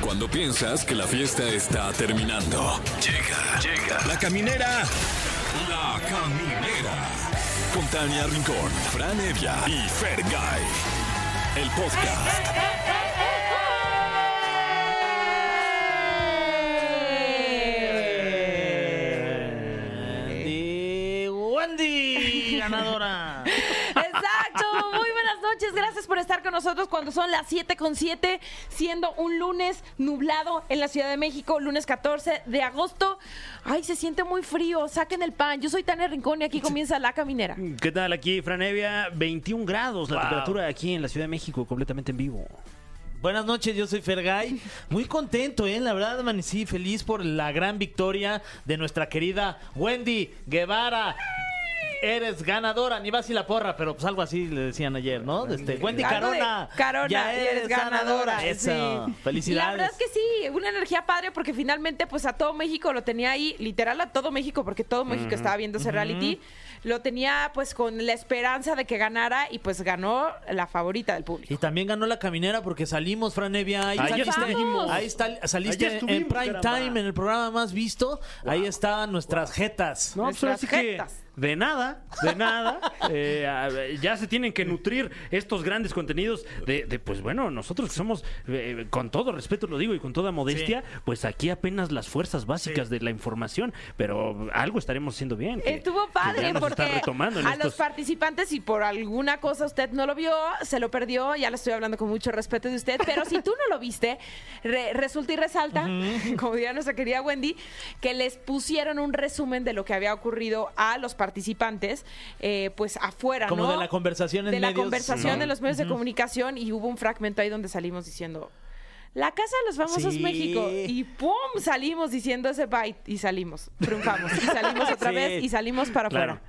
Cuando piensas que la fiesta está terminando. Llega, llega. La caminera. La caminera. Con Tania Rincón, Fran Evia y Fergay. El podcast. De Wendy, ganadora. Exacto, muy buenas noches, gracias por estar con nosotros cuando son las 7 con 7, siendo un lunes nublado en la Ciudad de México, lunes 14 de agosto. Ay, se siente muy frío, saquen el pan. Yo soy Tania Rincón y aquí comienza la caminera. ¿Qué tal aquí, Franevia? 21 grados la temperatura aquí en la Ciudad de México, completamente en vivo. Buenas noches, yo soy Fergay. Muy contento, ¿eh? La verdad, amanecí feliz por la gran victoria de nuestra querida Wendy Guevara. Eres ganadora, ni vas y la porra, pero pues algo así le decían ayer, ¿no? Este, Wendy Algo de Carona. Carona, ya y eres ganadora. Eso. sí. Felicidades. La verdad es que sí, una energía padre porque finalmente pues a todo México lo tenía ahí, literal a todo México porque todo México estaba viendo ese reality. Lo tenía pues con la esperanza de que ganara y pues ganó la favorita del público. Y también ganó la caminera porque salimos, Fran Evia. Ahí, Ahí saliste, estuvimos. ahí está- saliste Ahí en estuvimos, prime caramba. time, en el programa más visto. Ahí estaban nuestras jetas. No, pues ahora sí Nuestras que jetas. de nada, de nada. eh, a- ya se tienen que nutrir estos grandes contenidos de, de, pues bueno, nosotros que somos, eh, con todo respeto lo digo y con toda modestia, pues aquí apenas las fuerzas básicas de la información, pero algo estaremos haciendo bien. que- Estuvo que padre ya nos está porque retomando en a los estos- participantes, si por alguna cosa usted no lo vio, se lo perdió, ya le estoy hablando con mucho respeto de usted, pero si tú no lo viste, re- resulta y resalta, como diría nuestra querida Wendy, que les pusieron un resumen de lo que había ocurrido a los participantes, eh, pues afuera, Como ¿no? de la conversación en De la medios. conversación Ujú. de los medios de comunicación y hubo un fragmento ahí donde salimos diciendo... La casa de los famosos Sí. México y ¡pum! salimos diciendo ese bite y salimos, triunfamos y salimos otra Sí. vez y salimos para Claro. afuera.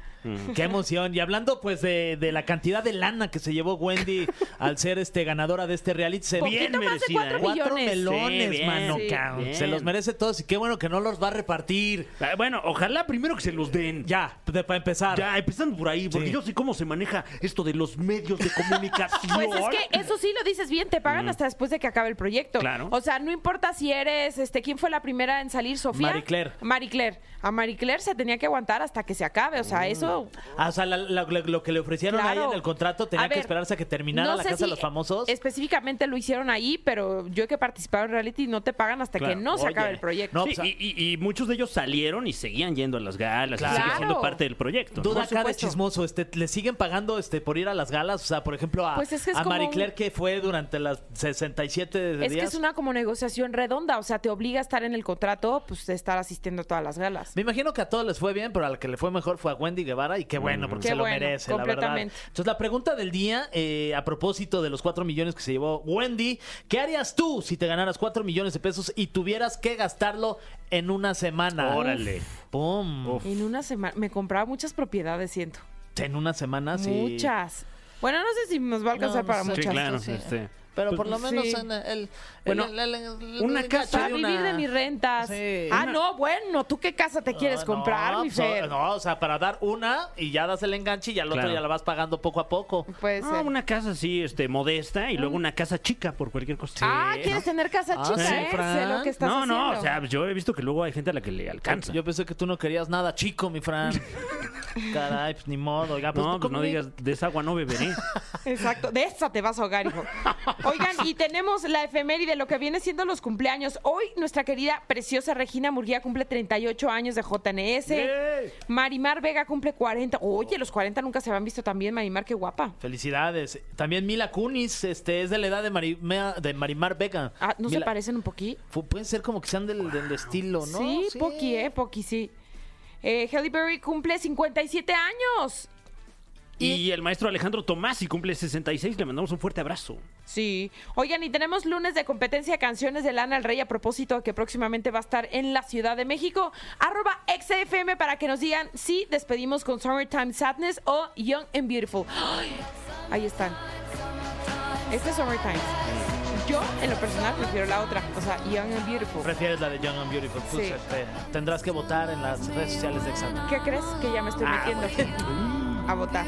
Qué emoción. Y hablando pues de, de la cantidad de lana que se llevó Wendy al ser este ganadora de este reality, se Poquito Bien más de merecida, cuatro ¿eh? cuatro millones. melones, Sí, bien. mano. Sí. cabrón. Bien. Se los merece todos y qué bueno que no los va a repartir. Ah, Bueno, ojalá primero que se los den. Ya, de- para empezar. Ya, empezando por ahí, porque Sí. yo sé cómo se maneja esto de los medios de comunicación. Pues es que eso sí lo dices bien, te pagan hasta después de que acabe el proyecto. Claro. O sea, no importa si eres, este, ¿quién fue la primera en salir? Sofía. Marie Claire. Marie Claire. A Marie Claire se tenía que aguantar hasta que se acabe. O sea, eso. Ah, O sea, la- la- lo, lo que le ofrecieron claro. ahí en el contrato tenía A ver, que esperarse a que terminara no la sé casa de si los famosos. Específicamente lo hicieron ahí, pero yo que he participado en reality no te pagan hasta Claro. que no se Oye, acabe el proyecto. no, Sí, pues, y, y- y muchos de ellos salieron y seguían yendo a las galas, Claro. y seguían siendo Claro. parte del proyecto. ¿no? Duda acá de supuesto. chismoso, este, le siguen pagando este por ir a las galas, o sea, por ejemplo a, Pues es que es a como Marie un- Claire que fue durante las 67 de es que es una como negociación redonda, o sea, te obliga a estar en el contrato, pues de estar asistiendo a todas las galas. Me imagino que a todos les fue bien, pero a la que le fue mejor fue a Wendy Guevara y qué bueno, porque Qué se lo bueno, merece, la verdad. completamente. Entonces, la pregunta del día, eh, a propósito de los 4 millones que se llevó Wendy, ¿qué harías tú si te ganaras 4 millones de pesos y tuvieras que gastarlo en una semana? Órale. ¡Pum! En una semana, me compraba muchas propiedades, siento. En una semana, Ah, sí. Muchas. Bueno, no sé si nos va a alcanzar No, para sí, muchas. Sí. este, Pero pues, por lo sí. menos en el... Bueno, el- el- el- una el casa gasto Para vivir una- de mis rentas. Sí. Ah, Una- no, bueno, ¿tú qué casa te quieres Ah, No, comprar, no, mi pues, Fer? No, o sea, para dar una y ya das el enganche y ya el otro Claro. ya la vas pagando poco a poco. Puede ah, ser. una casa así, este, modesta, y luego una casa chica por cualquier cosa. Ah, quieres tener casa Ah, chica, sí, ¿eh? Sé Fran. lo que estás No, haciendo. no, o sea, yo he visto que luego hay gente a la que le alcanza. Yo pensé que tú no querías nada chico, mi Fran. Caray, pues ni modo. Oiga, pues, no, ¿tú pues cómo no ni- digas, de esa agua no beberé. Exacto, de esa te vas a ahogar, hijo. Oigan, y tenemos la efeméride, lo que viene siendo los cumpleaños. Hoy nuestra querida preciosa Regina Murguía cumple 38 años de JNS. ¡Yay! Marimar Vega cumple 40. Oye, los 40 nunca se habían visto también, Marimar, qué guapa. Felicidades. También Mila Kunis, este, es de la edad de, Mari- Mea- de Marimar Vega. Ah, ¿No se Mila- parecen un poquito? Fu- Pueden ser como que sean del, del estilo, ¿no? Sí, Pocky, eh, Pocky, sí. Eh, Halle Berry cumple 57 años. y el maestro Alejandro Tomás, y cumple 66, le mandamos un fuerte abrazo. Sí. Oigan, y tenemos lunes de competencia de canciones de Lana el Rey a propósito de que próximamente va a estar en la Ciudad de México. Arroba XFM para que nos digan si despedimos con Summertime Sadness o Young and Beautiful. ¡Ay! Ahí están. Este es Summertime. Yo, en lo personal, prefiero la otra. O sea, Young and Beautiful. Prefieres la de Young and Beautiful. Pues, Sí. este, tendrás que votar en las redes sociales de Examen. ¿Qué crees que ya me estoy metiendo a votar?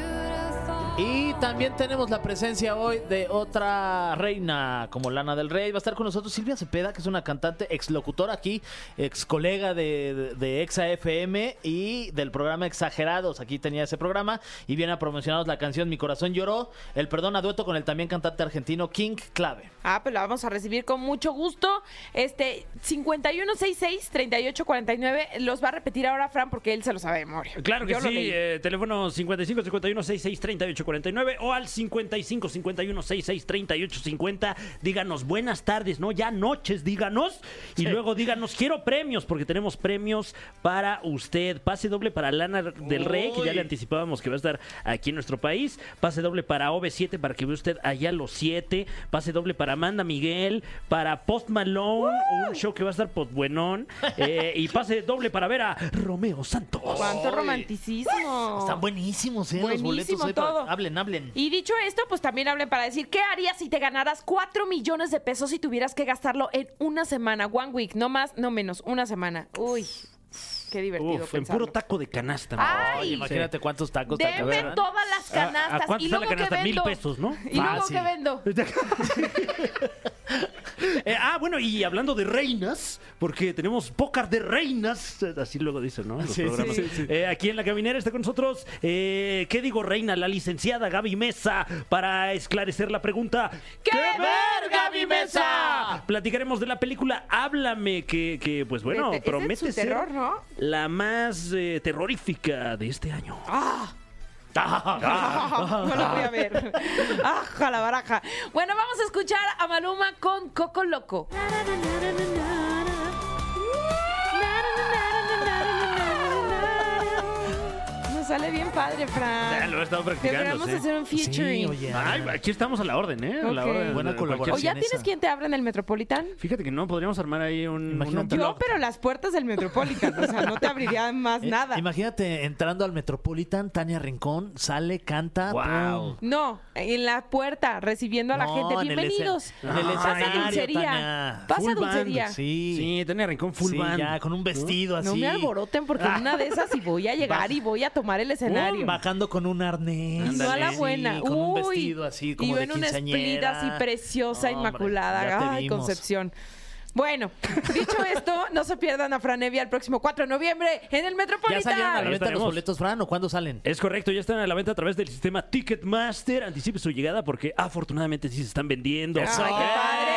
Y también tenemos la presencia hoy de otra reina como Lana del Rey. Va a estar con nosotros Silvia Cepeda, que es una cantante, ex locutora aquí, ex colega de, de, de Exa FM y del programa Exagerados. Aquí tenía ese programa y viene a promocionarnos la canción Mi Corazón Lloró, el perdón a dueto con el también cantante argentino King Clave. Ah, pues la vamos a recibir con mucho gusto. Este, 5166-3849. Los va a repetir ahora Fran porque él se lo sabe de memoria. Claro que Yo lo sí, leí. eh, teléfono 55 51 66 38 49 o al 55 51 66 38 50. Díganos buenas tardes, no ya noches, díganos. Y luego díganos quiero premios, porque tenemos premios para usted. Pase doble para Lana del Rey, que ya Uy. le anticipábamos que va a estar aquí en nuestro país. Pase doble para OV7 para que vea usted allá los 7. Pase doble para Amanda Miguel, para Post Malone, un show que va a estar post buenón. Eh, y pase doble para ver a Romeo Santos. Cuánto Ay. romanticismo. Están buenísimos, ¿eh? los Oh. Buenísimo boletos. eh, para- todo. Hablen, hablen. Y dicho esto, pues también hablen para decir, ¿qué harías si te ganaras 4 millones de pesos y tuvieras que gastarlo en una semana? One week, no más, no menos, una semana. Uy, qué divertido. Uf, en pensarlo. puro taco de canasta. ¿no? ¡Ay! Imagínate cuántos tacos te Denme acabaron. todas las Ah, ¿A- a canastas. cuánto ¿Y está la luego qué canasta? vendo? Mil pesos, ¿no? ¿Y luego Fácil. qué vendo? Eh, ah, bueno, y hablando de reinas, porque tenemos pocas de reinas, eh, así luego dicen, ¿no? En los Sí, sí, programas. sí, sí. Eh, aquí en la caminera está con nosotros, eh, ¿qué digo reina? La licenciada Gaby Mesa, para esclarecer la pregunta. ¿Qué ver, Gaby Mesa? Platicaremos de la película Háblame, que, que, pues bueno, Este- este es promete su ser terror, ¿no? la más eh, terrorífica de este año. ¡Ah! Ah, no lo voy a ver. ¡Aja la baraja! Bueno, vamos a escuchar a Maluma con Coco Loco. Nos sale bien padre, ya Fran. lo he estado practicando. Deberíamos sí. hacer un Sí, featuring. oye. Ay, aquí estamos a la orden, ¿eh? A la Ok. orden. Buena de cualquier- ¿O ya colaboración tienes esa. quien te abra en el Metropolitan? Fíjate que no, podríamos armar ahí un... Imagínate. un- Yo, pero las puertas del Metropolitan. O sea, no te abriría más Eh, nada. Imagínate entrando al Metropolitan, Tania Rincón sale, canta. Guau. ¡pum! No, en la puerta, recibiendo a la No, gente. en el escen- Bienvenidos. en el Pasa escenario, dulcería. Tana. Pasa Full band, dulcería. Sí. Sí, Tania Rincón full Sí, band. ya, con un vestido así. No me alboroten porque en una de esas y voy a llegar y voy a tomar el escenario. Uh, Bajando con un arnés. no a la ándale. buena. Sí, con un Uy, vestido así, como y yo de en una split quinceañera. así preciosa, Hombre, ya te inmaculada. Ay, vimos. Concepción. Bueno, dicho esto, no se pierdan a Franevia el próximo 4 de noviembre en el ¿Ya Metropolitan. salieron a la Ahí venta los estaremos. boletos, Fran? ¿O cuándo salen? Es correcto, ya están a la venta a través del sistema Ticketmaster. Anticipe su llegada porque afortunadamente sí se están vendiendo. ¡Ay, qué padre!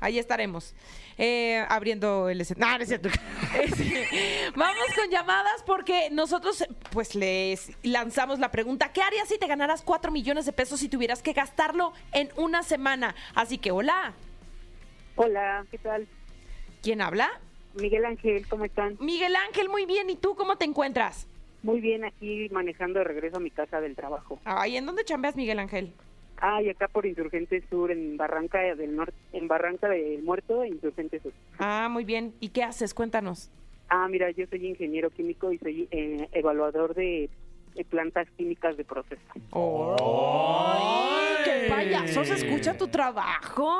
Ahí estaremos. Eh, abriendo el escenario. No, no es cierto. Este, Vamos con llamadas porque nosotros pues les lanzamos la pregunta. ¿Qué harías si te ganaras 4 millones de pesos y tuvieras que gastarlo en una semana? Así que, hola, Hola, ¿qué tal? ¿quién habla? Miguel Ángel, ¿cómo están? Miguel Ángel, muy bien. ¿Y tú cómo te encuentras? Muy bien, aquí manejando de regreso a mi casa del trabajo. Ay, ¿en dónde chambeas, Miguel Ángel? Ah, y acá por Insurgente Sur, en Barranca del Norte, en Barranca del Muerto, Insurgente Sur. Ah, muy bien. ¿Y qué haces? Cuéntanos. Ah, mira, yo soy ingeniero químico y soy eh, evaluador de eh, plantas químicas de proceso. ¡Ay, ¡Qué payaso! ¿Se escucha tu trabajo?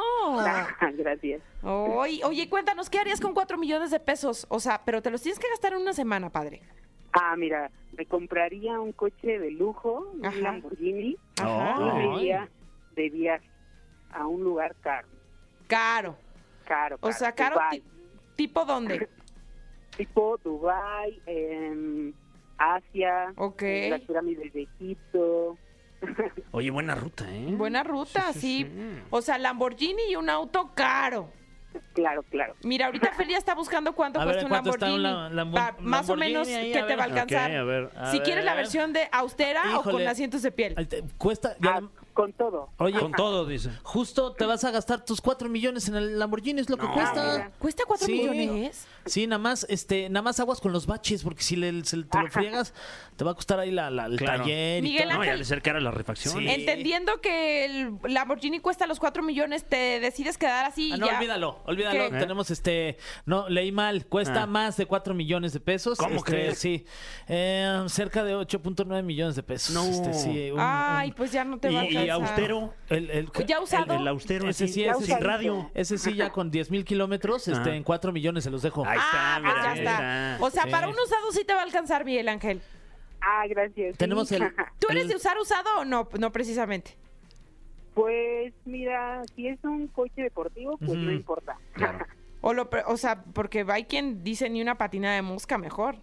Ah. Ah, Gracias. Oy, oye, cuéntanos, ¿qué harías con 4 millones de pesos? O sea, pero te los tienes que gastar en una semana, padre. Ah, mira, me compraría un coche de lujo, un Ajá. Lamborghini, Ajá. y me iría de viaje a un lugar caro, Caro. caro, O sea, caro Dubái. ti- tipo dónde. tipo Dubai, em, Asia, Ok. eh, las pirámides de Egipto. Oye, buena ruta, ¿eh? Buena ruta, Sí, sí, sí, sí. O sea, Lamborghini y un auto caro. Claro, claro. Mira, ahorita Felia está buscando cuánto A ver, cuesta un ¿cuánto está Lamborghini. un la- Lambo- Pa- más o Lamborghini menos ahí? que A te ver. va a alcanzar. Ok, a ver, a si quieres la ver. versión de austera Ah, o con Híjole. asientos de piel. Ay, te- Cuesta. Ah, ya- con todo. Oye, Con todo, dice. justo te vas a gastar tus 4 millones en el Lamborghini, es lo que No. cuesta. mira. ¿Cuesta 4 Sí. millones? Sí, nada más, este, nada más aguas con los baches, porque si le, se- te lo friegas, te va a costar ahí la, la- el Claro. taller y Miguel todo. No, ya Ángel. de ser cara la refacción. Sí. Entendiendo que el Lamborghini cuesta los 4 millones, te decides quedar así y Ah, no, ya. olvídalo, olvídalo. ¿Qué? Tenemos este. No, leí mal. Cuesta Ah. más de 4 millones de pesos. ¿Cómo Este, crees? Sí. Eh, cerca de 8.9 millones de pesos. No. Este, sí, un- Ay, un- pues ya no te va a Y, y alcanzar. austero. el, el- ¿Ya usado? El, el austero, Ese así, sí, ese sin sí. radio. Ese sí, ya con 10 mil kilómetros, este, Ah. en 4 millones se los dejo. Ahí está, ah, pues mira, ya ahí está. está. O sea, Sí. para un usado sí te va a alcanzar, Miguel Ángel. Ah, gracias. Tenemos sí. el- ¿Tú eres de usar usado o no? No precisamente. Pues mira, si es un coche deportivo, pues Ujú. no importa. O, lo, pre- o sea, porque hay quien dice ni una patina de mosca mejor.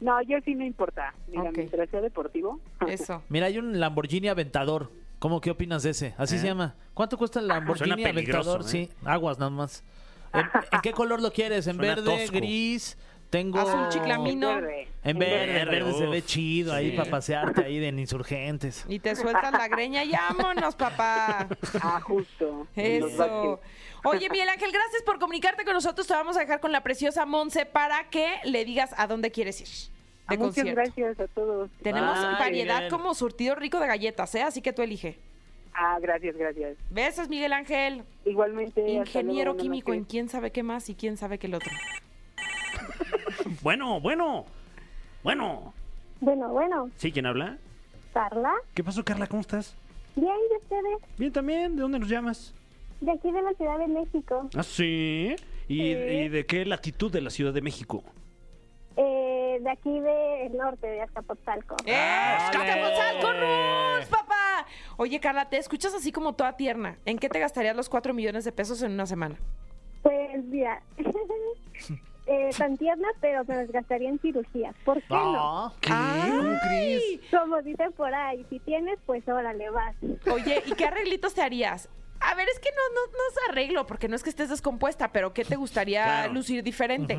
no, yo sí no importa. Mira, Ok. mientras sea deportivo. Eso. Mira, hay un Lamborghini Aventador. ¿Cómo qué opinas de ese? Así ¿Eh? Ah, se llama. ¿Cuánto cuesta el Lamborghini Suena peligroso, Aventador? ¿eh? Sí, aguas nada más. ¿En, en qué color lo quieres? ¿En Suena verde, tosco. gris? Tengo Ah, Azul chiclamino. En No. verde. En verde, en verde se uf. ve chido ahí Sí. para pasearte ahí de en insurgentes. Y te sueltas la greña y vámonos, papá. Ah, justo. en los Eso. básquets. Oye, Miguel Ángel, gracias por comunicarte con nosotros. Te vamos a dejar con la preciosa Monse para que le digas a dónde quieres ir. Ah, De Muchas concierto. gracias a todos. Tenemos Bye, variedad Miguel. como surtido rico de galletas, ¿eh? Así que tú elige. Ah, gracias, gracias. Besos, Miguel Ángel. Igualmente. hasta Ingeniero luego, buenas químico en noches. quién sabe qué más y quién sabe qué el otro. Bueno, bueno. Bueno. Bueno, bueno, ¿Sí? ¿Quién habla? Carla, ¿Qué pasó, Carla? ¿Cómo estás? bien de ustedes, Bien también. ¿De dónde nos llamas? de aquí de la Ciudad de México, Ah, sí. ¿Y, y de qué latitud de la Ciudad de México? eh, de aquí del norte, de Azcapotzalco. ¡Eh! ¡Dale! ¡Azcapotzalco Roots, papá! Oye, Carla, te escuchas así como toda tierna. ¿En qué te gastarías los 4 millones de pesos en una semana? Pues mira, eh, tan tierna, pero me los gastaría en cirugía, ¿por qué no? Ah, ¡Ay! Como dicen por ahí, si tienes, pues órale, vas. Oye, ¿y qué arreglitos te harías? A ver, es que no, no, no es arreglo, porque no es que estés descompuesta, pero ¿qué te gustaría Claro. lucir diferente?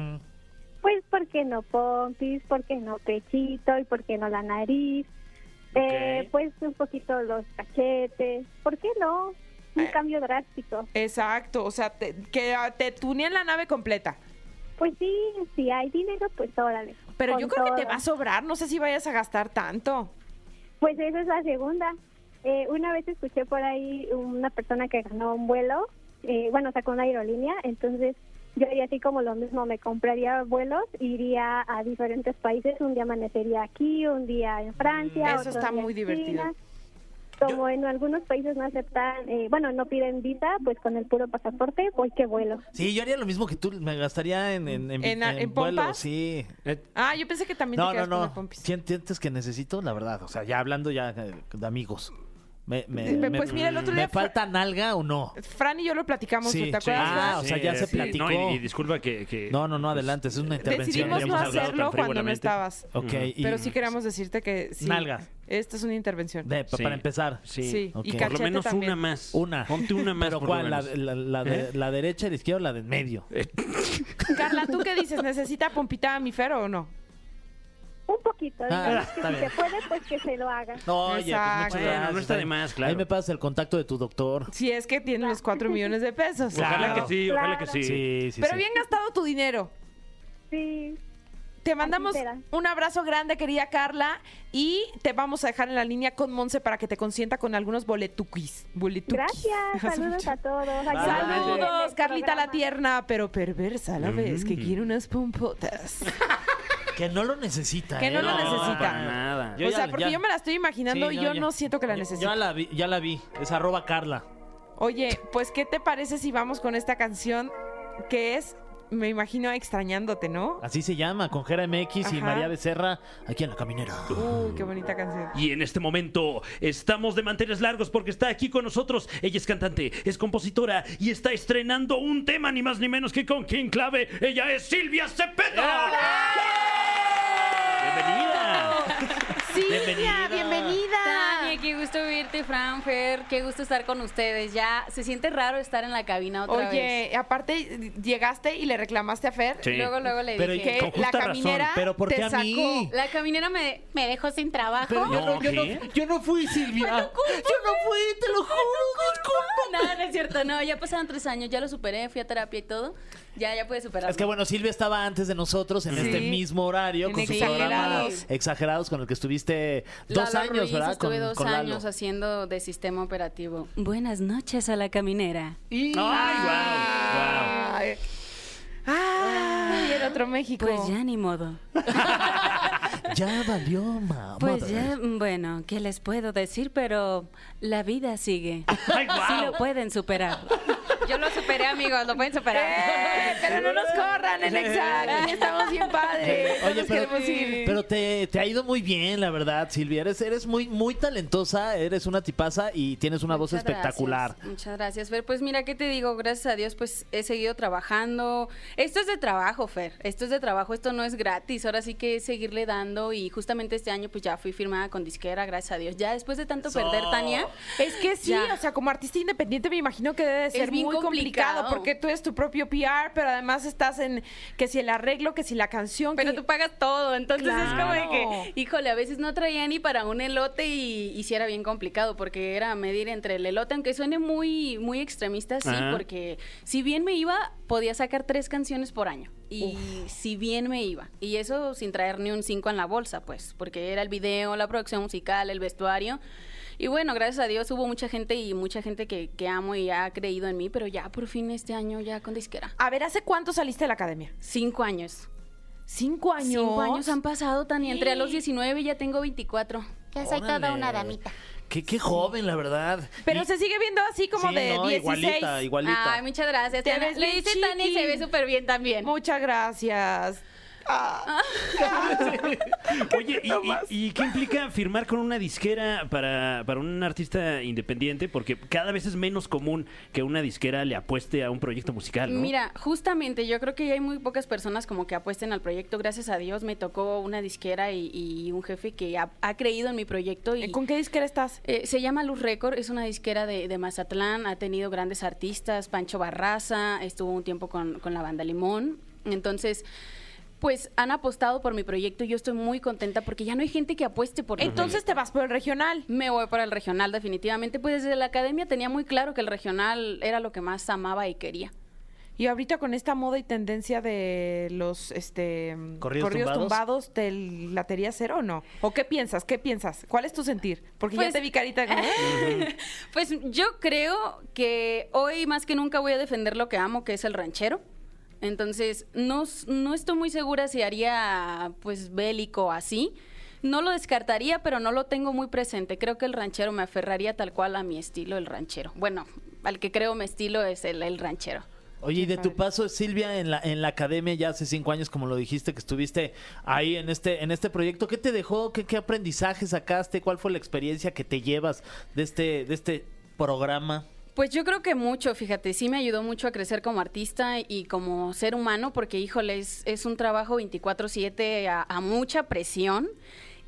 Pues ¿por qué no pompis? ¿Por qué no pechito? ¿Y por qué no la nariz? Eh, Ok. pues un poquito los cachetes, ¿por qué no? Un Eh. cambio drástico. Exacto, o sea, te- que ah, te tuneen la nave completa. Pues sí, si hay dinero, pues órale. Pero yo con creo que te todo. va a sobrar, no sé si vayas a gastar tanto. Pues esa es la segunda. Eh, una vez escuché por ahí una persona que ganó un vuelo, eh, bueno, sacó una aerolínea, entonces yo haría así como lo mismo, me compraría vuelos, iría a diferentes países, un día amanecería aquí, un día en Francia. Mm, Eso otro día está en muy divertido. China. Como en algunos países no aceptan, eh, bueno, no piden visa, pues con el puro pasaporte, voy que vuelo. Sí, yo haría lo mismo que tú, me gastaría en, en, en, ¿En- ah, en en vuelo, pompas? sí. Eh, Ah, yo pensé que también No, te no, quedas con no. la pompis. Sien- Sientes que necesito, la verdad. O sea, ya hablando ya eh, de amigos. Me, me- Pues me- mira, el otro día ¿Me fue- falta nalga o no? Fran y yo lo platicamos, Sí, ¿te sí. acuerdas? Ah, Fran? o sea, ya se platicó. No, y, y disculpa que, que- No, no, no, adelante, es una intervención. Decidimos no Habíamos hablado tan hacerlo cuando no frívolamente. estabas. Ok, y- Pero sí queremos decirte que sí. Nalgas. Esta es una intervención. de- pa- Sí. Para empezar, Sí. Sí, Ok. y Por Por lo lo cachete menos también. una más. una. Ponte una más. ¿Pero por ¿Eh? lo cuál? ¿La, menos. la- la de- la derecha, la izquierda o la del medio? Carla, ¿tú qué dices? ¿Necesita pompita a mi Fer o no? Un poquito, Ah, digamos que está si bien. se puede, pues que se lo haga. No, oye, pues muchas Exacto. Bueno, gracias. no está de Ahí- más, claro. Ahí me pasas el contacto de tu doctor. Si es que tiene los 4 millones de pesos. Ojalá que sí, ojalá que Claro. sí. Sí, sí, Pero sí. bien gastado tu dinero. Sí, Te mandamos será. un abrazo grande, querida Carla, y te vamos a dejar en la línea con Monse para que te consienta con algunos boletuquis. boletuquis. Gracias, Hace saludos mucho- a todos. Aquí en el este Saludos, Carlita la Este programa. tierna, pero perversa a la vez, que Mm. quiere unas pompotas. Que no lo necesita. Que no ¿eh? lo necesita. para nada. Yo o ya- sea, porque ya- yo me la estoy imaginando Sí, y yo ya. no siento que la Yo- necesito. Ya la vi, ya la vi. Es arroba Carla. Oye, pues, ¿qué te parece si vamos con esta canción que es, me imagino, extrañándote, ¿no? Así se llama, con Jera MX y Ajá. María Becerra, aquí en La Caminera. Uy, Uh, qué bonita canción. Y en este momento estamos de manteles largos porque está aquí con nosotros. Ella es cantante, es compositora y está estrenando un tema ni más ni menos que con King Clave. Ella es Silvia Cepeda. Bienvenida. Silvia, Bienvenida. bienvenida. Tania, qué gusto verte, Franfer. Qué gusto estar con ustedes. Ya se siente raro estar en la cabina otra Oye, aparte llegaste y le reclamaste a Fer Sí. vez. Luego, luego le Pero, ¿y dije. que Con la justa razón, caminera pero ¿por qué te a sacó. mí? La caminera me, me dejó sin trabajo. yo no- yo no- ¿qué? yo no fui, Silvia. Yo no fui, te lo juro, No, no es cierto, no, ya pasaron tres años, ya lo superé, fui a terapia y todo. Ya, ya pude superarlo. Es que bueno, Silvia estaba antes de nosotros en Sí. este mismo horario En con su programa Exagerados. Exagerados con el que estuviste dos Lalo años, Ruiz, ¿verdad? Estuve con, dos con Lalo. años haciendo de sistema operativo. Buenas noches a la caminera. Ay, guau, guau. Ay, Ay, el otro México. Pues ya ni modo. Ya valió, mamá. Pues ya, bueno, ¿qué les puedo decir? Pero la vida sigue. Ay, guau. Sí Eh, lo pueden superar. Yo lo superé, amigos, lo pueden superar. Eh, pero no nos corran en Exact. Estamos bien padres. no Eh, Oye, nos pero, queremos ir. pero te, te ha ido muy bien, la verdad, Silvia. Eres, eres muy, muy talentosa, eres una tipaza y tienes una voz Muchas espectacular. gracias, muchas gracias, Fer. Pues mira, ¿qué te digo? Gracias a Dios, pues he seguido trabajando. Esto es de trabajo, Fer. Esto es de trabajo, esto no es gratis. Ahora sí que es seguirle dando y justamente este año pues ya fui firmada con disquera, gracias a Dios. Ya después de tanto perder, Tania, Es que sí, Ya. o sea, como artista independiente me imagino que debe de ser muy bien complicado, complicado. porque tú eres tu propio PR, pero además estás en que si el arreglo, que si la canción, pero que... tú pagas todo. Entonces es como Claro. de que, híjole, a veces no traía ni para un elote y, y sí era bien complicado porque era medir entre el elote, aunque suene muy, muy extremista, sí, Ajá. porque si bien me iba, podía sacar tres canciones por año. Y si bien me iba. Y eso sin traer ni un cinco en la bolsa, pues, porque era el video, la producción musical, el vestuario. Y bueno, gracias a Dios hubo mucha gente y mucha gente que, que amo y ha creído en mí, pero ya por fin este año ya con disquera. A ver, ¿hace cuánto saliste de la academia? Cinco años. ¿Cinco años? Cinco años han pasado, Tania. Entré a los 19 y ya tengo 24. Ya soy toda Órale. una damita. Qué, qué joven, la verdad. Pero Y- se sigue viendo así como Sí, de no, 16. Igualita, igualita. Ay, muchas gracias. Te Tania. ves Le bien dice Tania y se chiqui. ve súper bien también. Muchas gracias. Ah. Oye, ¿y, y- y qué implica firmar con una disquera para, para un artista independiente? Porque cada vez es menos común que una disquera le apueste a un proyecto musical, ¿no? Mira, justamente yo creo que ya hay muy pocas personas como que apuesten al proyecto. Gracias a Dios me tocó una disquera y, y un jefe que ha, ha creído en mi proyecto. Y, ¿Con qué disquera estás? Eh, se llama Luz Record, es una disquera de, de Mazatlán, ha tenido grandes artistas, Pancho Barraza, estuvo un tiempo con, con la banda Limón. Entonces, pues han apostado por mi proyecto y yo estoy muy contenta porque ya no hay gente que apueste por mí. Entonces te vas por el regional. Me voy para el regional, definitivamente. Pues desde la academia tenía muy claro que el regional era lo que más amaba y quería. Y ahorita con esta moda y tendencia de los este Corridos tumbados. tumbados, ¿te latería cero o no? ¿O qué piensas? ¿Qué piensas? ¿Cuál es tu sentir? Porque ya Pues- te vi carita como, Pues yo creo que hoy más que nunca voy a defender lo que amo, que es el ranchero. Entonces, no, s- no estoy muy segura si haría pues bélico así. No lo descartaría, pero no lo tengo muy presente. Creo que el ranchero me aferraría tal cual a mi estilo, el ranchero. Bueno, al que creo mi estilo es el, el ranchero. Oye, y de tu paso, Silvia, en la, en la academia ya hace cinco años, como lo dijiste, que estuviste ahí en este, en este proyecto, ¿qué te dejó? ¿Qué, qué aprendizaje sacaste? ¿Cuál fue la experiencia que te llevas de este, de este programa? Pues yo creo que mucho, fíjate, sí me ayudó mucho a crecer como artista y como ser humano, porque híjole, es, es un trabajo 24/7 a, a mucha presión.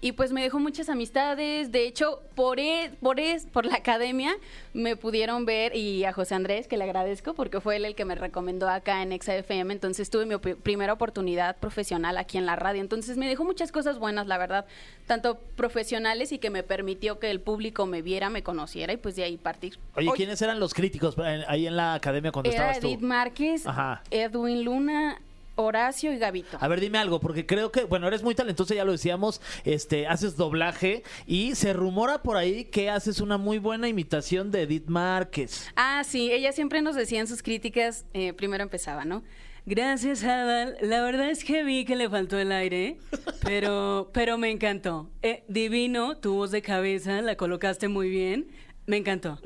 Y pues me dejó muchas amistades, de hecho, por, e- por, es- por la academia me pudieron ver y a José Andrés, que le agradezco, porque fue él el que me recomendó acá en ExaFM, entonces tuve mi opi- primera oportunidad profesional aquí en la radio, entonces me dejó muchas cosas buenas, la verdad, tanto profesionales y que me permitió que el público me viera, me conociera y pues de ahí partir. Oye, ¿quiénes eran los críticos eh, ahí en la academia cuando Era estabas tú? Edith Márquez, Ajá. Edwin Luna, Horacio y Gavito. A ver, dime algo, porque creo que, bueno, eres muy talentosa, ya lo decíamos, este, haces doblaje y se rumora por ahí que haces una muy buena imitación de Edith Márquez. Ah, sí, ella siempre nos decía en sus críticas, eh, primero empezaba, ¿no? Gracias, Adal. La verdad es que vi que le faltó el aire, pero, pero me encantó. Eh, divino, tu voz de cabeza, la colocaste muy bien. Me encantó.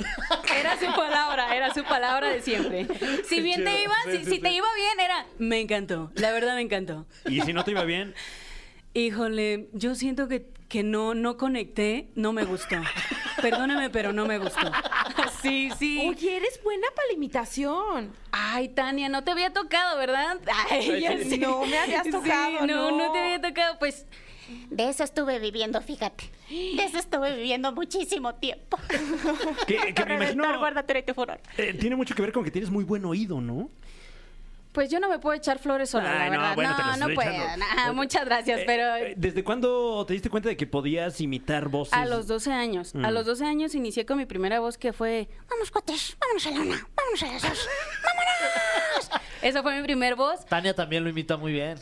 Era su palabra, era su palabra de siempre. Si bien te iba, si, si te iba bien, era... Me encantó, la verdad me encantó. Y si no te iba bien, Híjole, yo siento que, que no, no conecté, no me gustó. Perdóname, pero no me gustó. Sí, sí. oye, eres buena para la imitación. Ay, Tania, no te había tocado, ¿verdad? Ay, yo sí. No me habías tocado, no, no. no te había tocado. Pues De eso estuve viviendo, fíjate. De eso estuve viviendo muchísimo tiempo. que, que me imagino Guárdate tu furor. eh, tiene mucho que ver con que tienes muy buen oído, ¿no? Pues yo no me puedo echar flores sola, Ay, la no, verdad. No, bueno, te lo no, estoy puedo. echando. Nah, muchas gracias, Eh, pero eh, ¿Desde cuándo te diste cuenta de que podías imitar voces? a los 12 años, a Mm. los 12 años inicié con mi primera voz que fue Vamos, cuates, vámonos a la una, vámonos a las dos. esa fue mi primer voz. Tania también lo imita muy bien.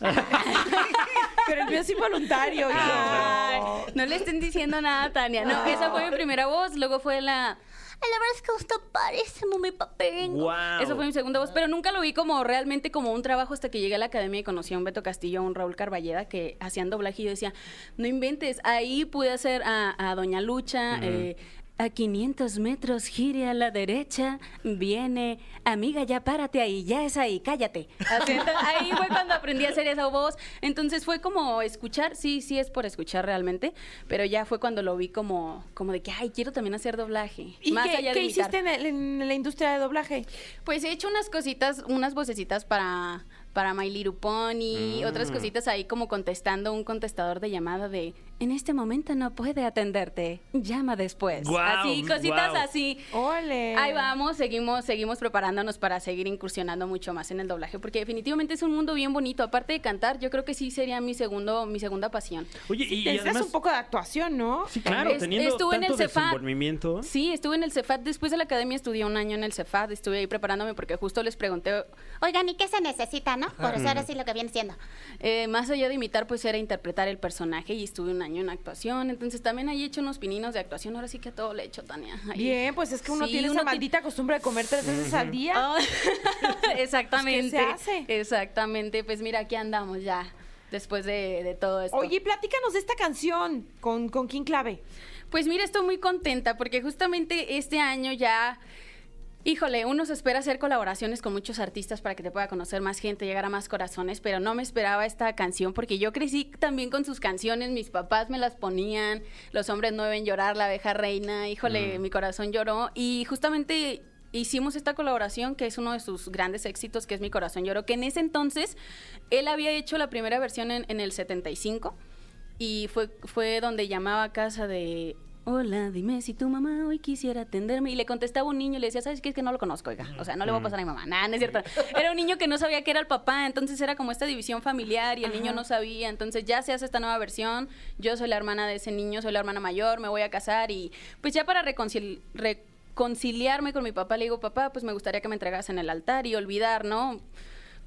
Pero el mío es involuntario. hijo. Ay, no le estén diciendo nada, Tania. No, esa fue mi primera voz, luego fue la Ay, La verdad es que usted parece muy papengo. ¡Wow! Eso fue mi segunda voz, pero nunca lo vi como realmente como un trabajo hasta que llegué a la academia y conocí a un Beto Castillo, a un Raúl Carballeda que hacían doblaje y yo decía, no inventes, ahí pude hacer a, a Doña Lucha, eh, A 500 metros, gire a la derecha, viene, amiga, ya párate ahí, ya es ahí, cállate. Así, ento- ahí fue cuando aprendí a hacer esa voz. Entonces fue como escuchar, sí, sí es por escuchar realmente, pero ya fue cuando lo vi como, como de que, ay, quiero también hacer doblaje. ¿Y más qué, allá de qué imitar. hiciste en, el- en la industria de doblaje? Pues he hecho unas cositas, unas vocecitas para, para My Little Pony, otras Mm. cositas ahí como contestando un contestador de llamada de en este momento no puede atenderte, llama después. Guau, así, cositas guau. así. ¡Ole! Ahí vamos, seguimos, seguimos preparándonos para seguir incursionando mucho más en el doblaje, porque definitivamente es un mundo bien bonito. Aparte de cantar, yo creo que sí sería mi segundo, mi segunda pasión. Oye, y, Sí, y te necesitas además... un poco de actuación, ¿no? Sí, claro, Es- teniendo estuve en tanto el Cefat. desenvolvimiento. Sí, estuve en el Cefat, después de la academia estudié un año en el Cefat, estuve ahí preparándome porque justo les pregunté Oigan, ¿y qué se necesita, no? Por eso ahora sí lo que viene siendo. Eh, más allá de imitar, pues era interpretar el personaje y estuve un año en actuación. Entonces también ahí he hecho unos pininos de actuación. Ahora sí que a todo le he hecho, Tania. Ahí- Bien, pues es que uno Sí, tiene esa ti- maldita costumbre de comer tres veces al día. Ah, Exactamente. Pues, ¿qué se hace? Exactamente. Pues mira, aquí andamos ya. Después de, de todo esto. Oye, platícanos de esta canción con, con King Clave. Pues mira, estoy muy contenta porque justamente este año ya. Híjole, uno se espera hacer colaboraciones con muchos artistas para que te pueda conocer más gente, llegar a más corazones, pero no me esperaba esta canción porque yo crecí también con sus canciones, mis papás me las ponían, Los hombres no deben llorar, La abeja reina, híjole, mi corazón lloró y justamente hicimos esta colaboración que es uno de sus grandes éxitos que es Mi corazón lloró, que en ese entonces él había hecho la primera versión en, en el 75 y fue, fue donde llamaba a casa de... Hola, dime si tu mamá hoy quisiera atenderme. Y le contestaba un niño y le decía, ¿sabes qué? Es que no lo conozco, oiga. O sea, no le voy a pasar a mi mamá. Nada, no es cierto. Era un niño que no sabía que era el papá, entonces era como esta división familiar y el niño no sabía. Entonces ya se hace esta nueva versión. Yo soy la hermana de ese niño, soy la hermana mayor, me voy a casar y pues ya para reconcil- reconciliarme con mi papá, le digo, papá, pues me gustaría que me entregas en el altar y olvidar, ¿no?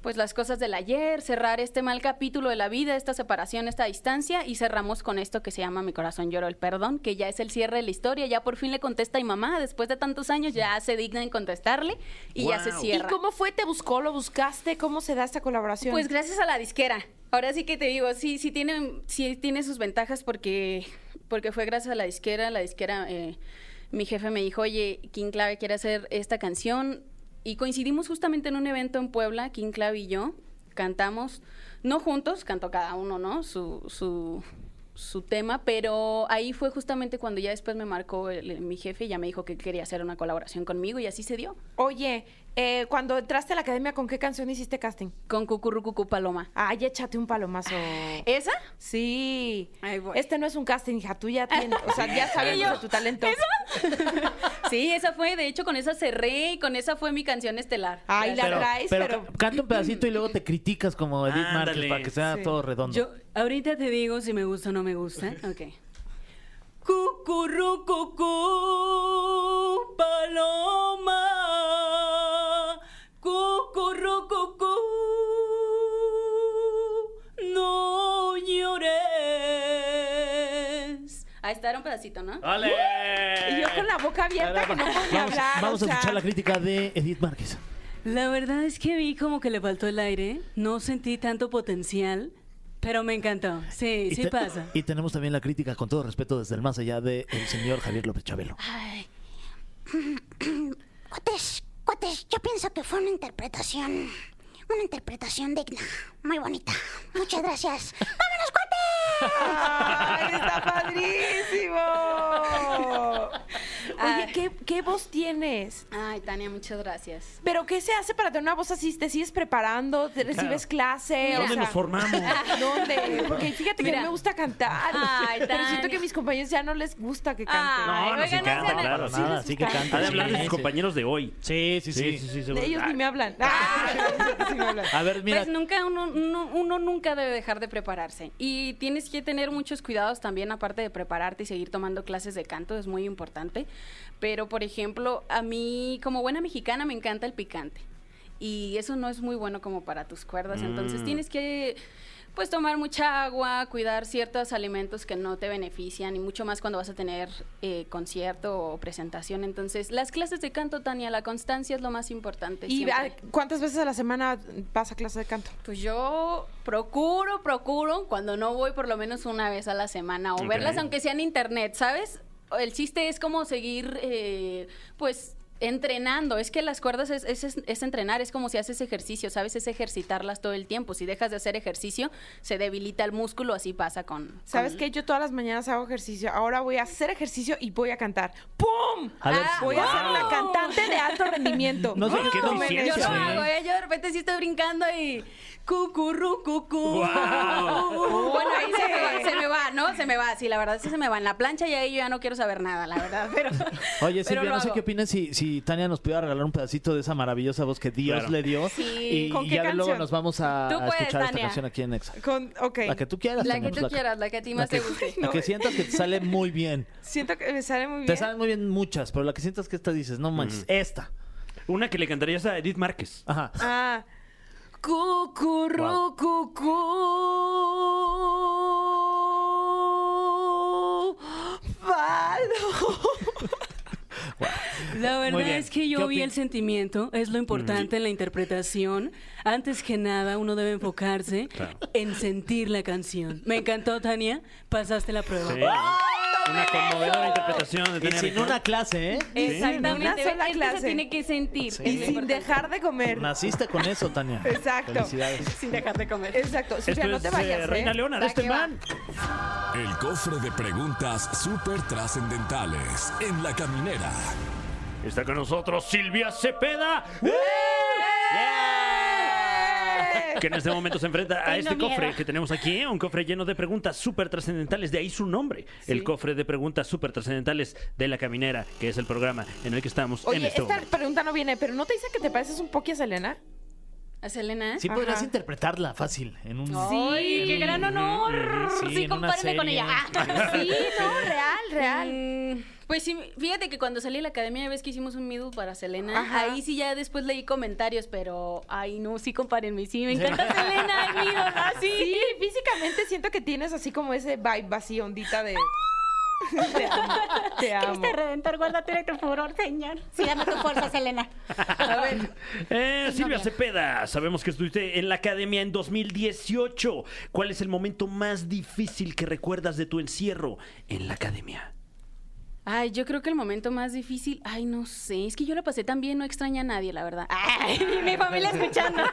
pues las cosas del ayer, cerrar este mal capítulo de la vida, esta separación, esta distancia y cerramos con esto que se llama Mi corazón lloró el perdón, que ya es el cierre de la historia, ya por fin le contesta mi mamá, después de tantos años ya se digna en contestarle y ya se Wow. cierra. ¿Y cómo fue? ¿Te buscó? ¿Lo buscaste? ¿Cómo se da esta colaboración? Pues gracias a la disquera. Ahora sí que te digo, sí, sí tiene, sí tiene sus ventajas porque, porque fue gracias a la disquera. La disquera, eh, mi jefe me dijo, oye, King Clave quiere hacer esta canción. Y coincidimos justamente en un evento en Puebla, King Clave y yo. Cantamos, no juntos, cantó cada uno, ¿no? Su, su, su tema, pero ahí fue justamente cuando ya después me marcó el- mi jefe y ya me dijo que quería hacer una colaboración conmigo y así se dio. Oye, eh, cuando entraste a la academia, ¿con qué canción hiciste casting? Con Cucurrucucu Paloma. Ay, échate un palomazo. ¿Esa? Sí. Ah, Ahí voy. Este no es un casting, hija. Tú ya tienes. O sea, ya sabes Y yo, de tu talento. Sí, esa fue, de hecho, con esa cerré y con esa fue mi canción estelar. Ay, la traes, pero. ca- canta un pedacito y luego te criticas como Edith Ah, Ándale. Márquez para que sea Sí. todo redondo. Yo ahorita te digo si me gusta o no me gusta. Ok. Cucurrucucú, paloma. Cucurrucucú, no llores. Ahí está, era un pedacito, ¿no? ¡Vale! Y yo con la boca abierta que no podía vamos, hablar. vamos o a sea. escuchar la crítica de Edith Márquez. La verdad es que vi como que le faltó el aire, no sentí tanto potencial, pero me encantó. Sí, Y sí te- pasa. Y tenemos también la crítica, con todo respeto, desde el más allá del señor Javier López Chabelo. Ay. Cuates, cuates, yo pienso que fue una interpretación. Una interpretación digna. Muy bonita. Muchas gracias. ¡Vámonos, cuates! ¡Ay, está padrísimo! Oye, Ay. ¿qué, ¿qué voz tienes? Ay, Tania, muchas gracias. ¿Pero qué se hace para tener una voz así? ¿Te sigues preparando? ¿Te recibes clase? ¿Dónde nos formamos? ¿Dónde? Porque fíjate que a mí Mira. me gusta cantar. Ay, pero siento Tania. que a mis compañeros ya no les gusta que Ah. cante. Ay, No, no se oigan, canta, sean- claro, Para sí nada, les sí que gusta. canta. Ha de hablar sí, de sus sí. compañeros de hoy. Ah, Sí, sí, sí. seguro. Ellos ni me hablan. Ah. Sí me hablan. A ver, mira. Pues nunca, uno, uno- uno nunca debe dejar de prepararse. Y tienes que tener muchos cuidados también, aparte de prepararte y seguir tomando clases de canto, es muy importante. Pero, por ejemplo, a mí, como buena mexicana, me encanta el picante. Y eso no es muy bueno como para tus cuerdas. Entonces tienes que, pues, tomar mucha agua, cuidar ciertos alimentos que no te benefician, y mucho más cuando vas a tener eh, concierto o presentación. Entonces, las clases de canto, Tania, la constancia es lo más importante. ¿Y ah, siempre. a- cuántas veces a la semana vas a clase de canto? Pues yo procuro, procuro, cuando no voy por lo menos una vez a la semana o verlas, aunque sea en internet, ¿sabes? el chiste es como seguir, eh, pues entrenando, es que las cuerdas es, es- es- es entrenar, es como si haces ejercicio, ¿sabes? Es ejercitarlas todo el tiempo. Si dejas de hacer ejercicio, se debilita el músculo, así pasa con... ¿Sabes con- qué? Yo todas las mañanas hago ejercicio. Ahora voy a hacer ejercicio y voy a cantar. ¡Pum! A ver, Ah, voy a ser una wow. cantante de alto rendimiento. No sé qué Tomen Yo eficiencia, lo eso. Sí. hago, ¿eh? Yo de repente sí estoy brincando y... Cucurru, cucú. Guau. Bueno, ahí se me, va, se me va, ¿no? Se me va, sí, la verdad sí se me va. En la plancha y ahí yo ya no quiero saber nada, la verdad, pero... Oye, pero Silvia, lo no sé hago. qué opinas si, si Tania nos pudiera regalar un pedacito de esa maravillosa voz que Dios Claro. le dio. Sí. Y ¿Con qué ya de luego canción? nos vamos a, Tú a puedes, escuchar esta Tania. canción aquí en Exa. Con, ok. La que tú quieras. La Tania, que pues, tú quieras, la que a ti más te que- guste. La que sientas que te sale muy bien. Siento que me sale muy Te bien. salen muy bien muchas, pero la que sientas que esta dices, no manches, esta. Una que le cantarías a Edith Márquez. Ajá. Ah. Cucurru, Wow. cucú. Valo. La Muy verdad bien. es que ¿Qué yo vi opin- el sentimiento, es lo importante en la interpretación. Antes que nada, uno debe enfocarse en sentir la canción. Me encantó, Tania, pasaste la prueba. Sí. Una conmovedora interpretación de Y Tania sin Rincón. una clase, ¿eh? Exactamente, Exactamente, una sola es que clase. se tiene que sentir. Sí. es Y lo sin importante. dejar de comer. Naciste con eso, Tania. Exacto. Felicidades. Sin dejar de comer. Exacto. Esto Silvia, no es, te eh, vayas. ¿eh? Reina Leona de Va este que va. man. El cofre de preguntas súper trascendentales en la caminera. Está con nosotros Silvia Cepeda. eh, que en este momento se enfrenta a este cofre que tenemos aquí, un cofre lleno de preguntas súper trascendentales, de ahí su nombre, el cofre de preguntas súper trascendentales de La Caminera, que es el programa en el que estamos en Oye, este esta momento. pregunta no viene, pero ¿no te dicen que te pareces un poquito a Selena? ¿A Selena? Sí, podrías Ajá. interpretarla fácil en un. ¡Ay, qué gran honor! Sí, en una compárenme con serie. ella. Ah. Sí, no, real, real. Mm, Pues sí, fíjate que cuando salí de la academia, ya ves que hicimos un middle para Selena. Ajá. Ahí sí ya después leí comentarios, pero ay, no, sí compárenme, sí, me encanta Selena, ay, mi ídola, sí. Sí, físicamente siento que tienes así como ese vibe así, ondita de. Te amo. Te amo. Cristo Redentor, guárdate de tu furor, señor. Sí, dame tu fuerza, Selena. A ver, Eh, Silvia bien. Cepeda, sabemos que estuviste en la academia en 2018. ¿Cuál es el momento más difícil que recuerdas de tu encierro en la academia? Ay, yo creo que el momento más difícil, ay, no sé, es que yo la pasé tan bien, no extraña a nadie, la verdad. Ay, ni mi familia escuchando.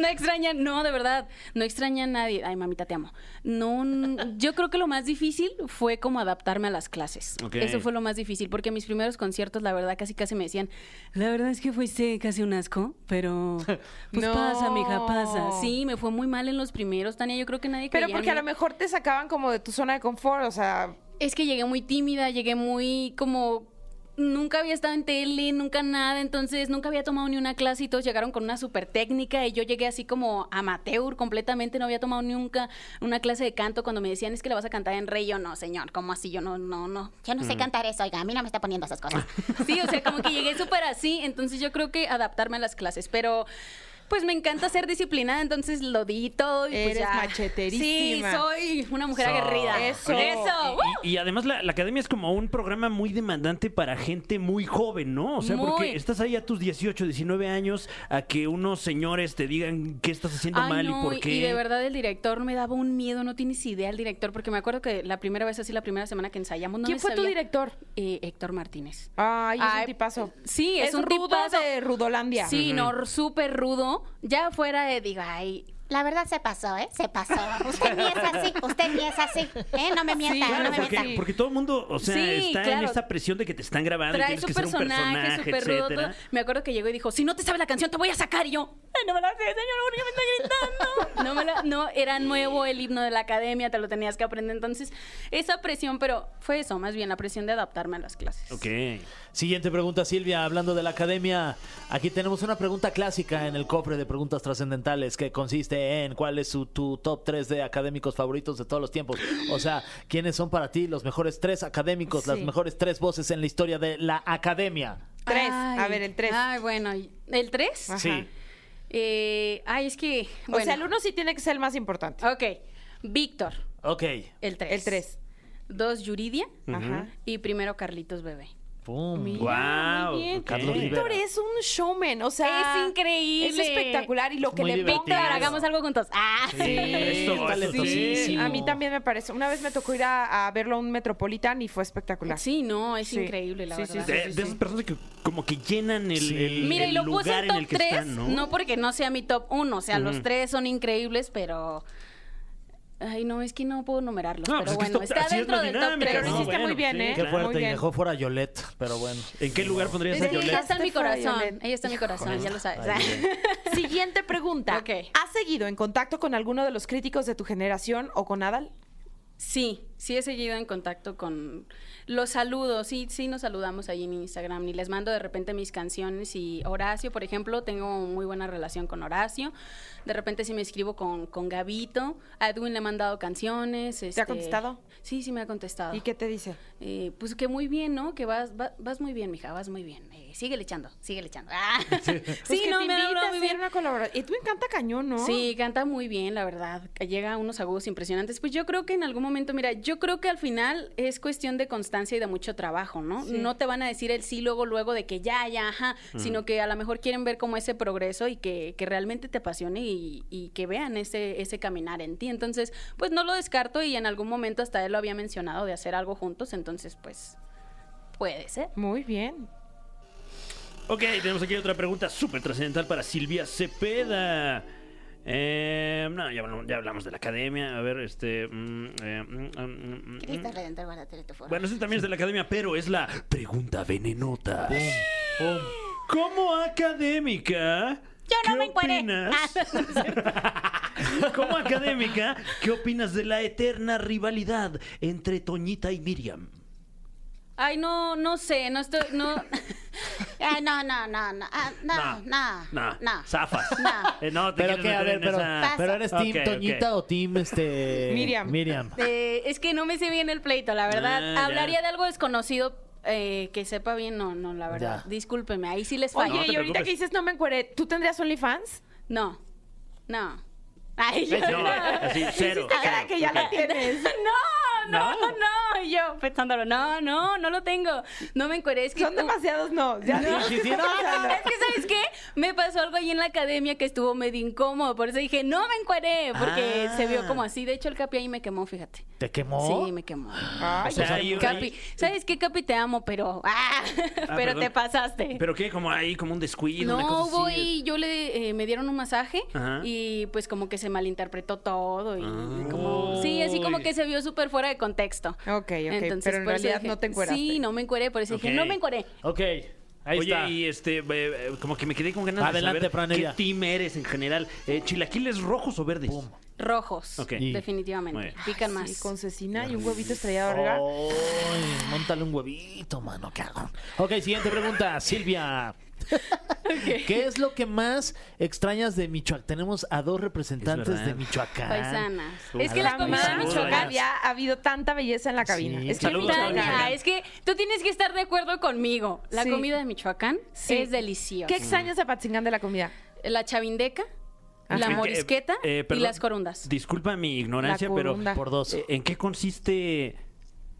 No extraña, no, de verdad, no extraña a nadie. Ay, mamita, te amo. No, n- yo creo que lo más difícil fue como adaptarme a las clases. Ok. Eso fue lo más difícil, porque mis primeros conciertos, la verdad, casi casi me decían, la verdad es que fuiste casi un asco, pero pues No. pasa, mija, pasa. Sí, me fue muy mal en los primeros, Tania, yo creo que nadie creía Pero en porque a mí. lo mejor te sacaban como de tu zona de confort, o sea. Es que llegué muy tímida, llegué muy como... Nunca había estado en tele, nunca nada, entonces nunca había tomado ni una clase y todos llegaron con una super técnica y yo llegué así como amateur completamente, no había tomado nunca una clase de canto cuando me decían es que la vas a cantar en rey, yo no, señor, ¿cómo así? Yo no, no, no. Yo no sé cantar eso, oiga, a mí no me está poniendo esas cosas. Sí, o sea, como que llegué súper así, entonces yo creo que adaptarme a las clases, pero pues me encanta ser disciplinada, entonces lo di todo y pues Eres ya. macheterísima. Sí, soy una mujer Eso. aguerrida. Eso. Eso. ¡Uh! Y, y además la, la academia es como un programa muy demandante para gente muy joven, ¿no? O sea, Muy. porque estás ahí a tus 18, 19 años a que unos señores te digan qué estás haciendo Ay, mal no, y por qué. de verdad el director me daba un miedo, no tienes idea el director, porque me acuerdo que la primera vez así, la primera semana que ensayamos, no ¿Quién me fue tu sabía- director? Eh, Héctor Martínez. Ay, es un Ay, tipazo. sí, es un rudo tipazo. de Rudolandia. Sí, no, súper rudo. Ya fuera de, digo, ay, La verdad se pasó, ¿eh? Se pasó. Usted ni es así, usted ni es así. ¿Eh? No me mienta, Claro, no me porque, mienta. porque todo el mundo, o sea, Sí, está en claro. esta presión Ah, de que te están grabando y trae tienes su que ser un personaje personaje, súper rudo. etcétera. todo. Me acuerdo que llegó y dijo, si no te sabes la canción, te voy a sacar. Y yo, "Ay, no me la sé, señor, ¿por qué me está gritando? No, me la- no, era nuevo el himno de la academia, te lo tenías que aprender. Entonces, esa presión, pero fue eso, más bien la presión de adaptarme a las clases. Ok. Siguiente pregunta, Silvia. Hablando de la academia, aquí tenemos una pregunta clásica en el cofre de preguntas trascendentales que consiste en cuál es su- tu top 3 de académicos favoritos de todos los tiempos. O sea, ¿quiénes son para ti los mejores tres académicos, las Sí. mejores tres voces en la historia de la academia? Tres. a Ay, ver, el tres. Ay, bueno, ¿el 3? Ajá. Sí. Eh, ay, es que. O bueno. sea, el uno sí tiene que ser el más importante. Ok. Víctor, Ok. el 3. El tres. Dos, Yuridia. Ajá. Y primero, Carlitos Bebé. ¡Pum! Mira, Guau, muy bien. Carlos Víctor Rivera. es un showman, o sea, es increíble. es espectacular y lo Es que muy le divertido. ponga Víctor, hagamos algo juntos. Ah, Sí, Eso, está eso sí. talentosísimo. A mí también me parece. Una vez me tocó ir a, a verlo a un Metropolitan y fue espectacular. Sí, no, es Sí. increíble, la Sí, sí, verdad. sí, Eh, De, de esas personas que como que llenan el, Sí. el- Mira, y el lo lugar puse en en top el que 3, están, ¿no? pues ¿no? porque no sea mi top 1, o sea, los Ujú. tres son increíbles, pero... Ay, no, es que no puedo numerarlos, No, pero pues es que bueno, es top- está así es la dentro del top dinámica, 3. Pero lo No, hiciste bueno, muy bien, sí, ¿eh? Qué Qué fuerte, muy y bien. dejó fuera a Yolette, pero bueno. ¿En qué lugar pondrías a Ella Yolette? está en mi corazón, Violet. ella está en mi corazón, ya lo sabes. Ahí viene. Siguiente pregunta. Ok. ¿Has seguido en contacto con alguno de los críticos de tu generación o con Adal? Sí, sí he seguido en contacto con los saludos, sí, sí nos saludamos ahí en Instagram y les mando de repente mis canciones y Horacio, por ejemplo, tengo muy buena relación con Horacio, de repente sí me escribo con, con Gabito, a Edwin le he mandado canciones. este, contestado? Sí, sí me ha contestado. ¿Y qué te dice? Eh, pues que muy bien, ¿no? Que vas, va- vas, muy bien, mija, vas muy bien. Eh, síguele echando, síguele echando. Ah. Sí, Pues que no, te me han invita hablado a muy hacer bien. una colaboración. Y tú encanta cañón, ¿no? Sí, canta muy bien, la verdad. que Llega a unos agudos impresionantes. Pues yo creo que en algún momento, mira, yo creo que al final es cuestión de constancia y de mucho trabajo, ¿no? No te van a decir el sí luego, luego de que ya, ya, ajá, sino que a lo mejor quieren ver como ese progreso y que, que realmente te apasione y, y que vean ese, ese caminar en ti. Entonces, pues no lo descarto y en algún momento hasta él lo había mencionado de hacer algo juntos, entonces pues puede ser. Muy bien. Ok, tenemos aquí otra pregunta súper trascendental para Silvia Cepeda. Eh, no, ya hablamos, ya hablamos de la academia. A ver, este. mm, eh, mm, mm, mm, Cristo mm. Redentor, guárdate de tu forma. Bueno, eso también es de la academia, pero es la pregunta venenota. Como académica. Yo no ¿qué me encueré. Ah, opinas? Como académica, ¿qué opinas de la eterna rivalidad entre Toñita y Miriam? Ay, no, no sé, no estoy, no... Ah, no, no, no, no, ah, no, no, Nah, no, Zafas. No. Eh, no, te Pero quieres que, a meter ver, en pero, esa- pero eres Ok, team ok. Toñita o team este Miriam. Miriam. Eh, es que no me sé bien el pleito, la verdad. Ah, ya. Hablaría de algo desconocido eh, que sepa bien, no, no, la verdad. Ya. Discúlpeme, ahí sí les Oye, fallo. te y ahorita preocupes. que dices no me encueré, ¿tú tendrías OnlyFans? No, no. Ay, yo- No, así, cero. Te queda cero, que ya ok. la tienes. No, no, No. no, Y yo pensándolo, no, no, no lo tengo. No me encueré. Es que Son no- demasiados no. Ya No, no. sí, sí, no, no, no. Es que, ¿sabes qué? Me pasó algo ahí en la academia que estuvo medio incómodo. Por eso dije, no me encueré. Porque Ah. se vio como así. De hecho, el capi ahí me quemó, fíjate. ¿Te quemó? Sí, me quemó. O sea, ahí- Capi, ahí- ¿sabes qué, Capi? Te amo, pero. ¡Ah! pero perdón. te pasaste. Pero qué, como ahí, como un descuido, una no, cosa hubo así. y yo le eh, me dieron un masaje Ajá. y pues como que se malinterpretó todo y Ah. como sí, así como que se vio súper fuera de contexto. Ok, ok, pero en por eso realidad no te encueraste. Sí, no me encueré, por eso Ok. dije, no me encueré. Ok, ahí Oye, está. y este, eh, eh, como que me quedé con ganas Adelante, de Fran, saber qué ella. team eres en general. Eh, ¿Chilaquiles rojos o verdes? Pum. Rojos, Ok. Y- Muy definitivamente. bien. Pican Ay, más. sí, con cecina y un huevito estrellado arriba. Ay, montale un huevito, mano, cagón. Ok, siguiente pregunta, Silvia. ¿Qué es lo que más extrañas de Michoacán? Tenemos a dos Es representantes verdad. de Michoacán. Paisanas. Es que A la las comida de Jamás Saludos, Michoacán Adriana. había habido tanta belleza en la cabina. Sí. Es que Saludos, Michoacán- Adriana. Tania, es que tú tienes que estar de acuerdo conmigo. La Sí. comida de Michoacán Sí. es deliciosa. ¿Qué extrañas de Patzingán de la comida? La chavindeca, Ajá. la Eh, morisqueta eh, y perdón, las corundas. Disculpa mi ignorancia, La pero corunda. Por dos. eh, ¿en qué consiste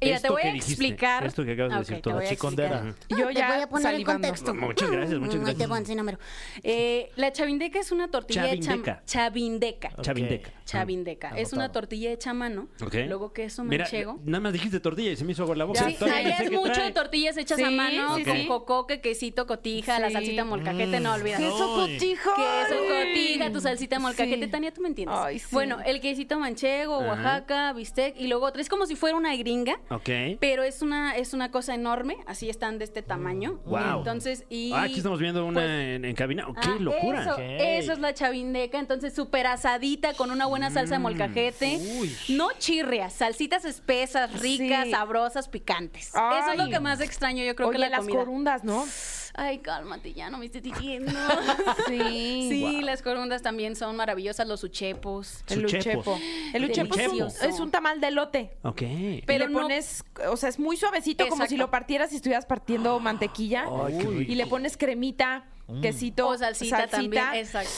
Mira, esto te voy que a dijiste? explicar. Esto que acabas de Ah, decir ok, te todo. voy a Chico, Chicondera. explicar. Yo Te voy ya a poner salivando. en contexto. Muchas gracias, muchas Ahí te gracias. voy a enseñar, mero. Eh, la chavindeca es una tortilla Chavindeca. hecha chavindeca. Chavindeca. Chavindeca. Es Anotado. una tortilla hecha a mano. Ok. Luego queso Mira, manchego. nada más dijiste tortilla y se me hizo agua en la boca. Ya, sí, Todavía allá pensé es que mucho trae- tortillas hechas a Sí, mano, sí, con sí. jocoque, quesito, cotija, la Sí. salsita molcajete, Mm. no olvidas. Queso Ay. cotijo. Queso, cotija, tu salsita molcajete, Sí. Tania, tú me entiendes. Ay, sí. Bueno, el quesito manchego, Ajá. Oaxaca, bistec y luego otra. Es como si fuera una gringa, Ok. pero es una, es una cosa enorme, así están de este tamaño. Wow. Entonces, y Mm. Ah, aquí estamos viendo una pues, en, en cabina. Oh, ¡Qué Ah, locura! Eso, Ok. eso es la chavindeca. Entonces, súper asadita con una buena Mm. salsa de molcajete. No chirrias, salsitas espesas, ricas, Sí. sabrosas, picantes. Ay. Eso es lo que más extraño, yo creo Oye, que la las comida. corundas, ¿no? Ay, cálmate, ya no me estés diciendo. Sí. sí, las corundas también son maravillosas, los uchepos. El Suchepo. luchepo. El luchepo es un, Delicioso. es un tamal de elote. Ok. Pero Pero le no- pones, o sea, es muy suavecito, como Exacto. si lo partieras y estuvieras partiendo mantequilla. Ay, qué rico. y le pones cremita, quesito, O salsita, Mm. también, exacto.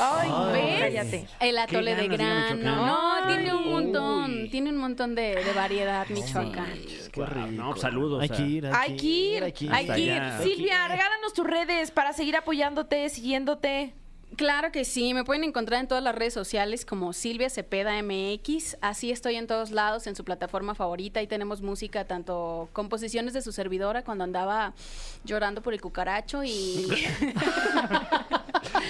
Ay, ¿Ves? cállate. El atole ganas de de ir a grano. Michoacán. No, tiene un Ay. montón, Uy. tiene un montón de, de variedad Michoacán. Qué rico. No, saludos. Hay a- que ir, Hay que ir, hay que ir. allá. Silvia, regálanos tus redes para seguir apoyándote, siguiéndote. Claro que sí, me pueden encontrar en todas las redes sociales como Silvia Cepeda MX, así estoy en todos lados, en su plataforma favorita, y tenemos música, tanto composiciones de su servidora cuando andaba llorando por el cucaracho y...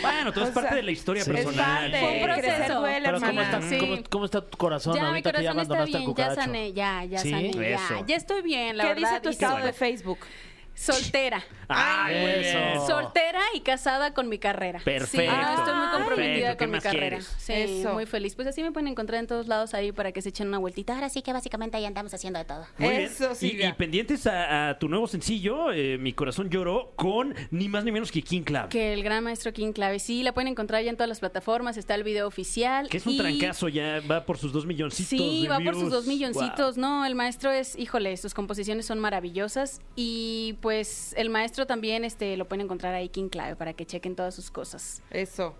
Bueno, todo es O parte sea, de la historia es personal. parte. Fue un proceso. Crecer duele, Pero ¿cómo hermana. está, Sí. cómo, cómo está tu corazón ya, mi ahorita que ya corazón está abandonaste al bien, ya cucaracho? sané, ya, ya ¿Sí? sané, ya, Eso. ya estoy bien, la ¿Qué verdad. dice tu y estado bueno, de Facebook? Soltera. Ay, muy bien. Eso. Soltera y casada con mi carrera. Perfecto. Sí, yo estoy muy Ay. comprometida Perfecto, ¿qué con mi más carrera. quieres? Sí, Eso. muy feliz. Pues así me pueden encontrar en todos lados ahí para que se echen una vueltita. Ahora sí que básicamente ahí andamos haciendo de todo. Muy bien. Eso, Y- y, Silvia. pendientes a, a tu nuevo sencillo, eh, Mi Corazón Lloró, con ni más ni menos que King Club. Que el gran maestro King Clave, sí, la pueden encontrar ya en todas las plataformas, está el video oficial. Que es un y- trancazo, ya va por sus dos milloncitos. Sí, de va por views. sus dos milloncitos. Wow. No, el maestro es, híjole, sus composiciones son maravillosas. Y pues el maestro también este, lo pueden encontrar ahí, King Clave, para que chequen todas sus cosas. Eso.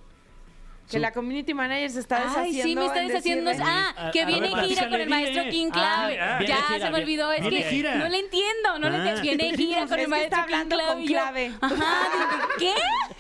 Que la community manager se está Ay, deshaciendo. sí, me está en deshaciendo. decirme- Ah, Ah, que ah, viene bueno, gira con platícale, el maestro dile. King Clave. Ah, ya, viene gira, se me viene- olvidó. Es viene que gira. no le entiendo. No le Ah. entiendo. Viene gira con Es el que maestro está King hablando Clave. con y yo, clave. Ajá, ¿de-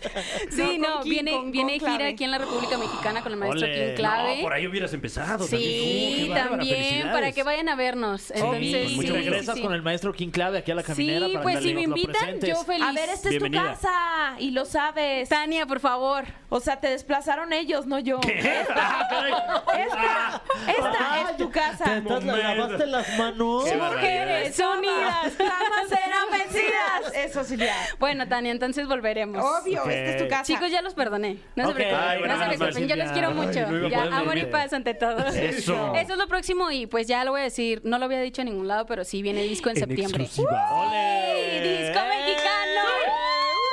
¿qué? Sí, No, no, con King, viene, con- viene con gira clave. aquí en la República Mexicana con el maestro Ole, King Clave. no, por ahí hubieras empezado. Sí, también, tú, qué bárbara, también, para felicidades. que vayan a vernos. Entonces, pues sí, ¿Y muchas sí, regresas sí. con el maestro King Clave aquí a la caminera Sí, para pues que si nos me lo invitan, presentes? yo feliz. A ver, esta es tu Bienvenida. casa y lo sabes. Tania, por favor. O sea, te desplazaron ellos, no yo. Ah, caray. Esta, esta es tu ¿Te casa. estás- la- Momento. lavaste las manos? Qué Mujeres unidas, Jamás serán vencidas. Eso, Silvia. Bueno, Tania, entonces volveremos. Obvio, esta es tu casa. Chicos, ya los perdoné. No Ok. se preocupen, Ay, bueno, no se menos mal, preocupen. Yo Silvia. los quiero Ay, mucho. no iba a Ya, poder amor y dormir. paz ante todo. Eso. Eso es lo próximo y pues ya lo voy a decir. No lo había dicho en ningún lado, pero sí viene disco en, En septiembre. exclusiva. Eh. ¡Ey, ¡Disco mexicano!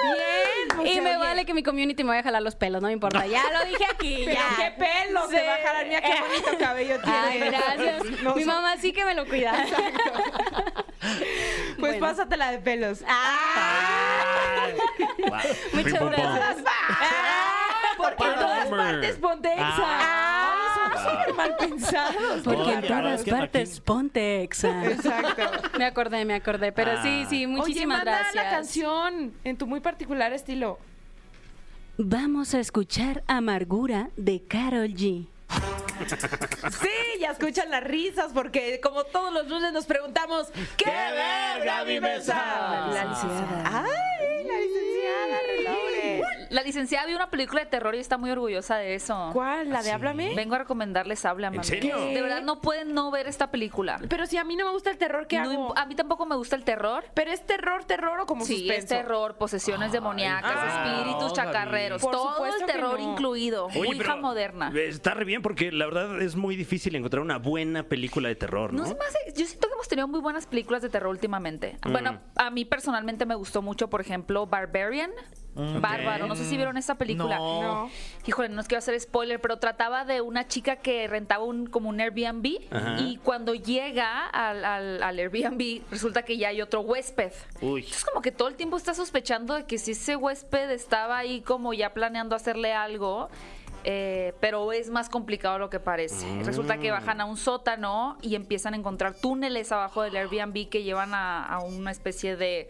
Bien. o Y sea, me oye, vale que mi community me vaya a jalar los pelos, no me importa. Ya lo dije aquí. Pero ya. qué pelo Sí. te va a jalar. Mira qué bonito cabello Ay, tienes. gracias. No, mi sí. mamá sí que me lo cuida. Pues Bueno. pásatela de pelos. Ah. Muchas gracias. Ah, porque en todas partes ponte exa. Ah. Ay, somos súper mal pensados. Porque en ¿verdad? todas Ahora es que partes Joaquín- ponte exa. Exacto. Ah. Me acordé, me acordé. Pero sí, sí, muchísimas Oye, manda gracias. la canción en tu muy particular estilo. Vamos a escuchar Amargura de Carol G. Sí, ya escuchan las risas porque como todos los lunes nos preguntamos ¿Qué, ver, Gaby Mesa? Ah. La licenciada. Ay, la licenciada Relaure. La licenciada vio una película de terror y está muy orgullosa de eso. ¿Cuál? ¿La de Háblame? Vengo a recomendarles Háblame. Ah, ¿En amigos. serio? De verdad, no pueden no ver esta película. Pero si a mí no me gusta el terror, ¿qué No hago? imp- a mí tampoco me gusta el terror. Pero es terror, terror o como Sí, suspenso. es terror, posesiones demoníacas, ah, espíritus, no, chacarreros, David. Por todo supuesto el que terror no. incluido. Oye, Ouija pero moderna. Está re bien porque la verdad es muy difícil encontrar una buena película de terror, ¿no? No se me hace, yo siento que hemos tenido muy buenas películas de terror últimamente. Mm. Bueno, a mí personalmente me gustó mucho, por ejemplo, Barbarian. Bárbaro, no sé si vieron esta película. No. No. Híjole, no os quiero hacer spoiler, pero trataba de una chica que rentaba un, como un Airbnb Ajá. y cuando llega al, al- al Airbnb resulta que ya hay otro huésped. Uy. Entonces como que todo el tiempo está sospechando de que si ese huésped estaba ahí como ya planeando hacerle algo, eh, pero es más complicado de lo que parece. Mm. Resulta que bajan a un sótano y empiezan a encontrar túneles abajo del Airbnb que llevan a, a una especie de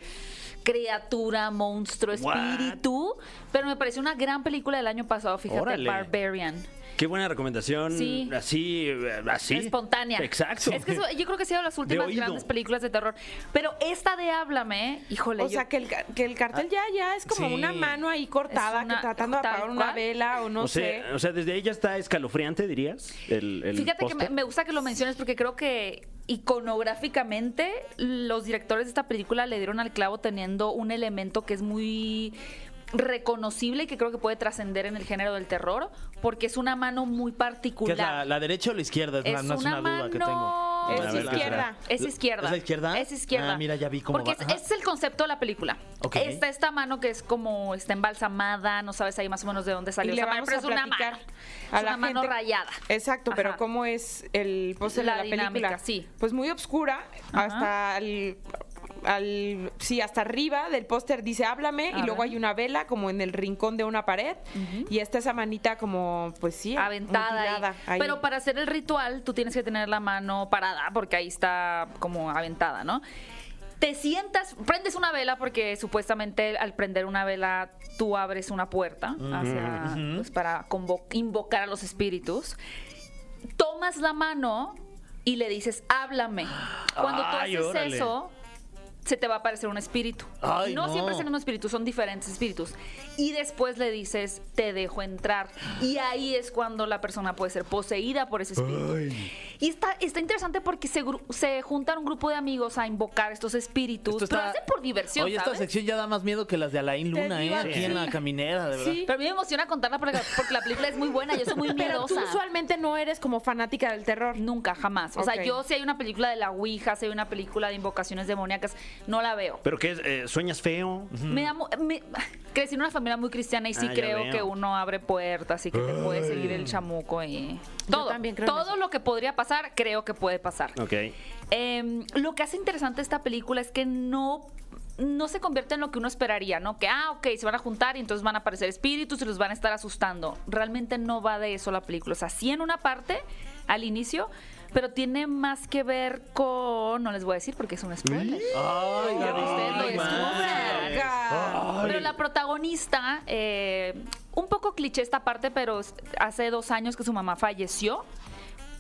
criatura, monstruo, What? espíritu. Pero me pareció una gran película del año pasado, fíjate, Órale. Barbarian. Qué buena recomendación. Sí. Así, eh, así. Espontánea. Exacto. Es que eso- yo creo que ha sido de las últimas oído. grandes películas de terror. Pero esta de Háblame, híjole. O yo- sea, que el, ca- que el cartel ya, ya es como Sí. una mano ahí cortada Es una- que tratando de tal apagar una cual. vela o no o, sé. sea, o sea, desde ahí ya está escalofriante, dirías. El, el Fíjate que póster. me, me gusta que lo menciones porque creo que iconográficamente los directores de esta película le dieron al clavo teniendo un elemento que es muy reconocible y que creo que puede trascender en el género del terror porque es una mano muy ¿Qué particular. es la, la derecha o la izquierda? Es, Es la- no es una una duda que tengo. mano- Es A ver, ¿qué izquierda. será? Es izquierda. ¿Es la izquierda? Es izquierda. Ah, mira, ya vi cómo Porque va. es- Ajá. ese es el concepto de la película. Ok. Está esta mano que es como está embalsamada, no sabes ahí más o menos de dónde salió y le esa mano, vamos pero a es una platicar mano. a es la una mano gente. rayada. Exacto, pero Ajá. ¿cómo es el póster de La la película? dinámica, sí. Pues muy obscura, Ajá. hasta el- al sí, hasta arriba del póster dice háblame y luego hay una vela como en el rincón de una pared y está esa manita como, pues sí, aventada. ahí. mutilada ahí. Pero para hacer el ritual, tú tienes que tener la mano parada porque ahí está como aventada, ¿no? Te sientas, prendes una vela porque supuestamente al prender una vela tú abres una puerta hacia- pues, para convo- invocar a los espíritus. Tomas la mano y le dices, háblame. Cuando Ay, tú haces órale. eso, se te va a aparecer un espíritu. Ay, no, no. siempre es el mismo espíritu, son diferentes espíritus. Y después le dices, te dejo entrar. Y ahí es cuando la persona puede ser poseída por ese espíritu. Y está, está interesante porque se, gru- se juntan un grupo de amigos a invocar estos espíritus. Esto Pero está- hacen por diversión, Oye, ¿sabes? esta sección ya da más miedo que las de Alain Te Luna, digo ¿eh? a Aquí ti. en la caminera, de verdad. Sí. Pero a mí me emociona contarla porque, porque la película es muy buena. Yo soy muy Pero tú miedosa. usualmente no eres como fanática del terror. Nunca, jamás. O Ok. sea, yo si hay una película de la Ouija, si hay una película de invocaciones demoníacas, no la veo. ¿Pero qué es? Eh, ¿Sueñas feo? Me da mu- me- crecí en una familia muy cristiana y sí Ah, ya creo veo. que uno abre puertas y que te puede seguir el chamuco y todo. también creo en todo eso. lo que podría pasar, creo que puede pasar. Ok. Em, lo que hace interesante esta película es que no no se convierte en lo que uno esperaría, ¿no? Que, ah, ok, se van a juntar y entonces van a aparecer espíritus y los van a estar asustando. Realmente no va de eso la película. O sea, sí en una parte, al inicio, pero tiene más que ver con... No les voy a decir porque es un spoiler. Ay, Ya Gaby, ustedes lo ay, descubran. manches. Pero la protagonista, eh, un poco cliché esta parte, pero s- hace dos años que su mamá falleció.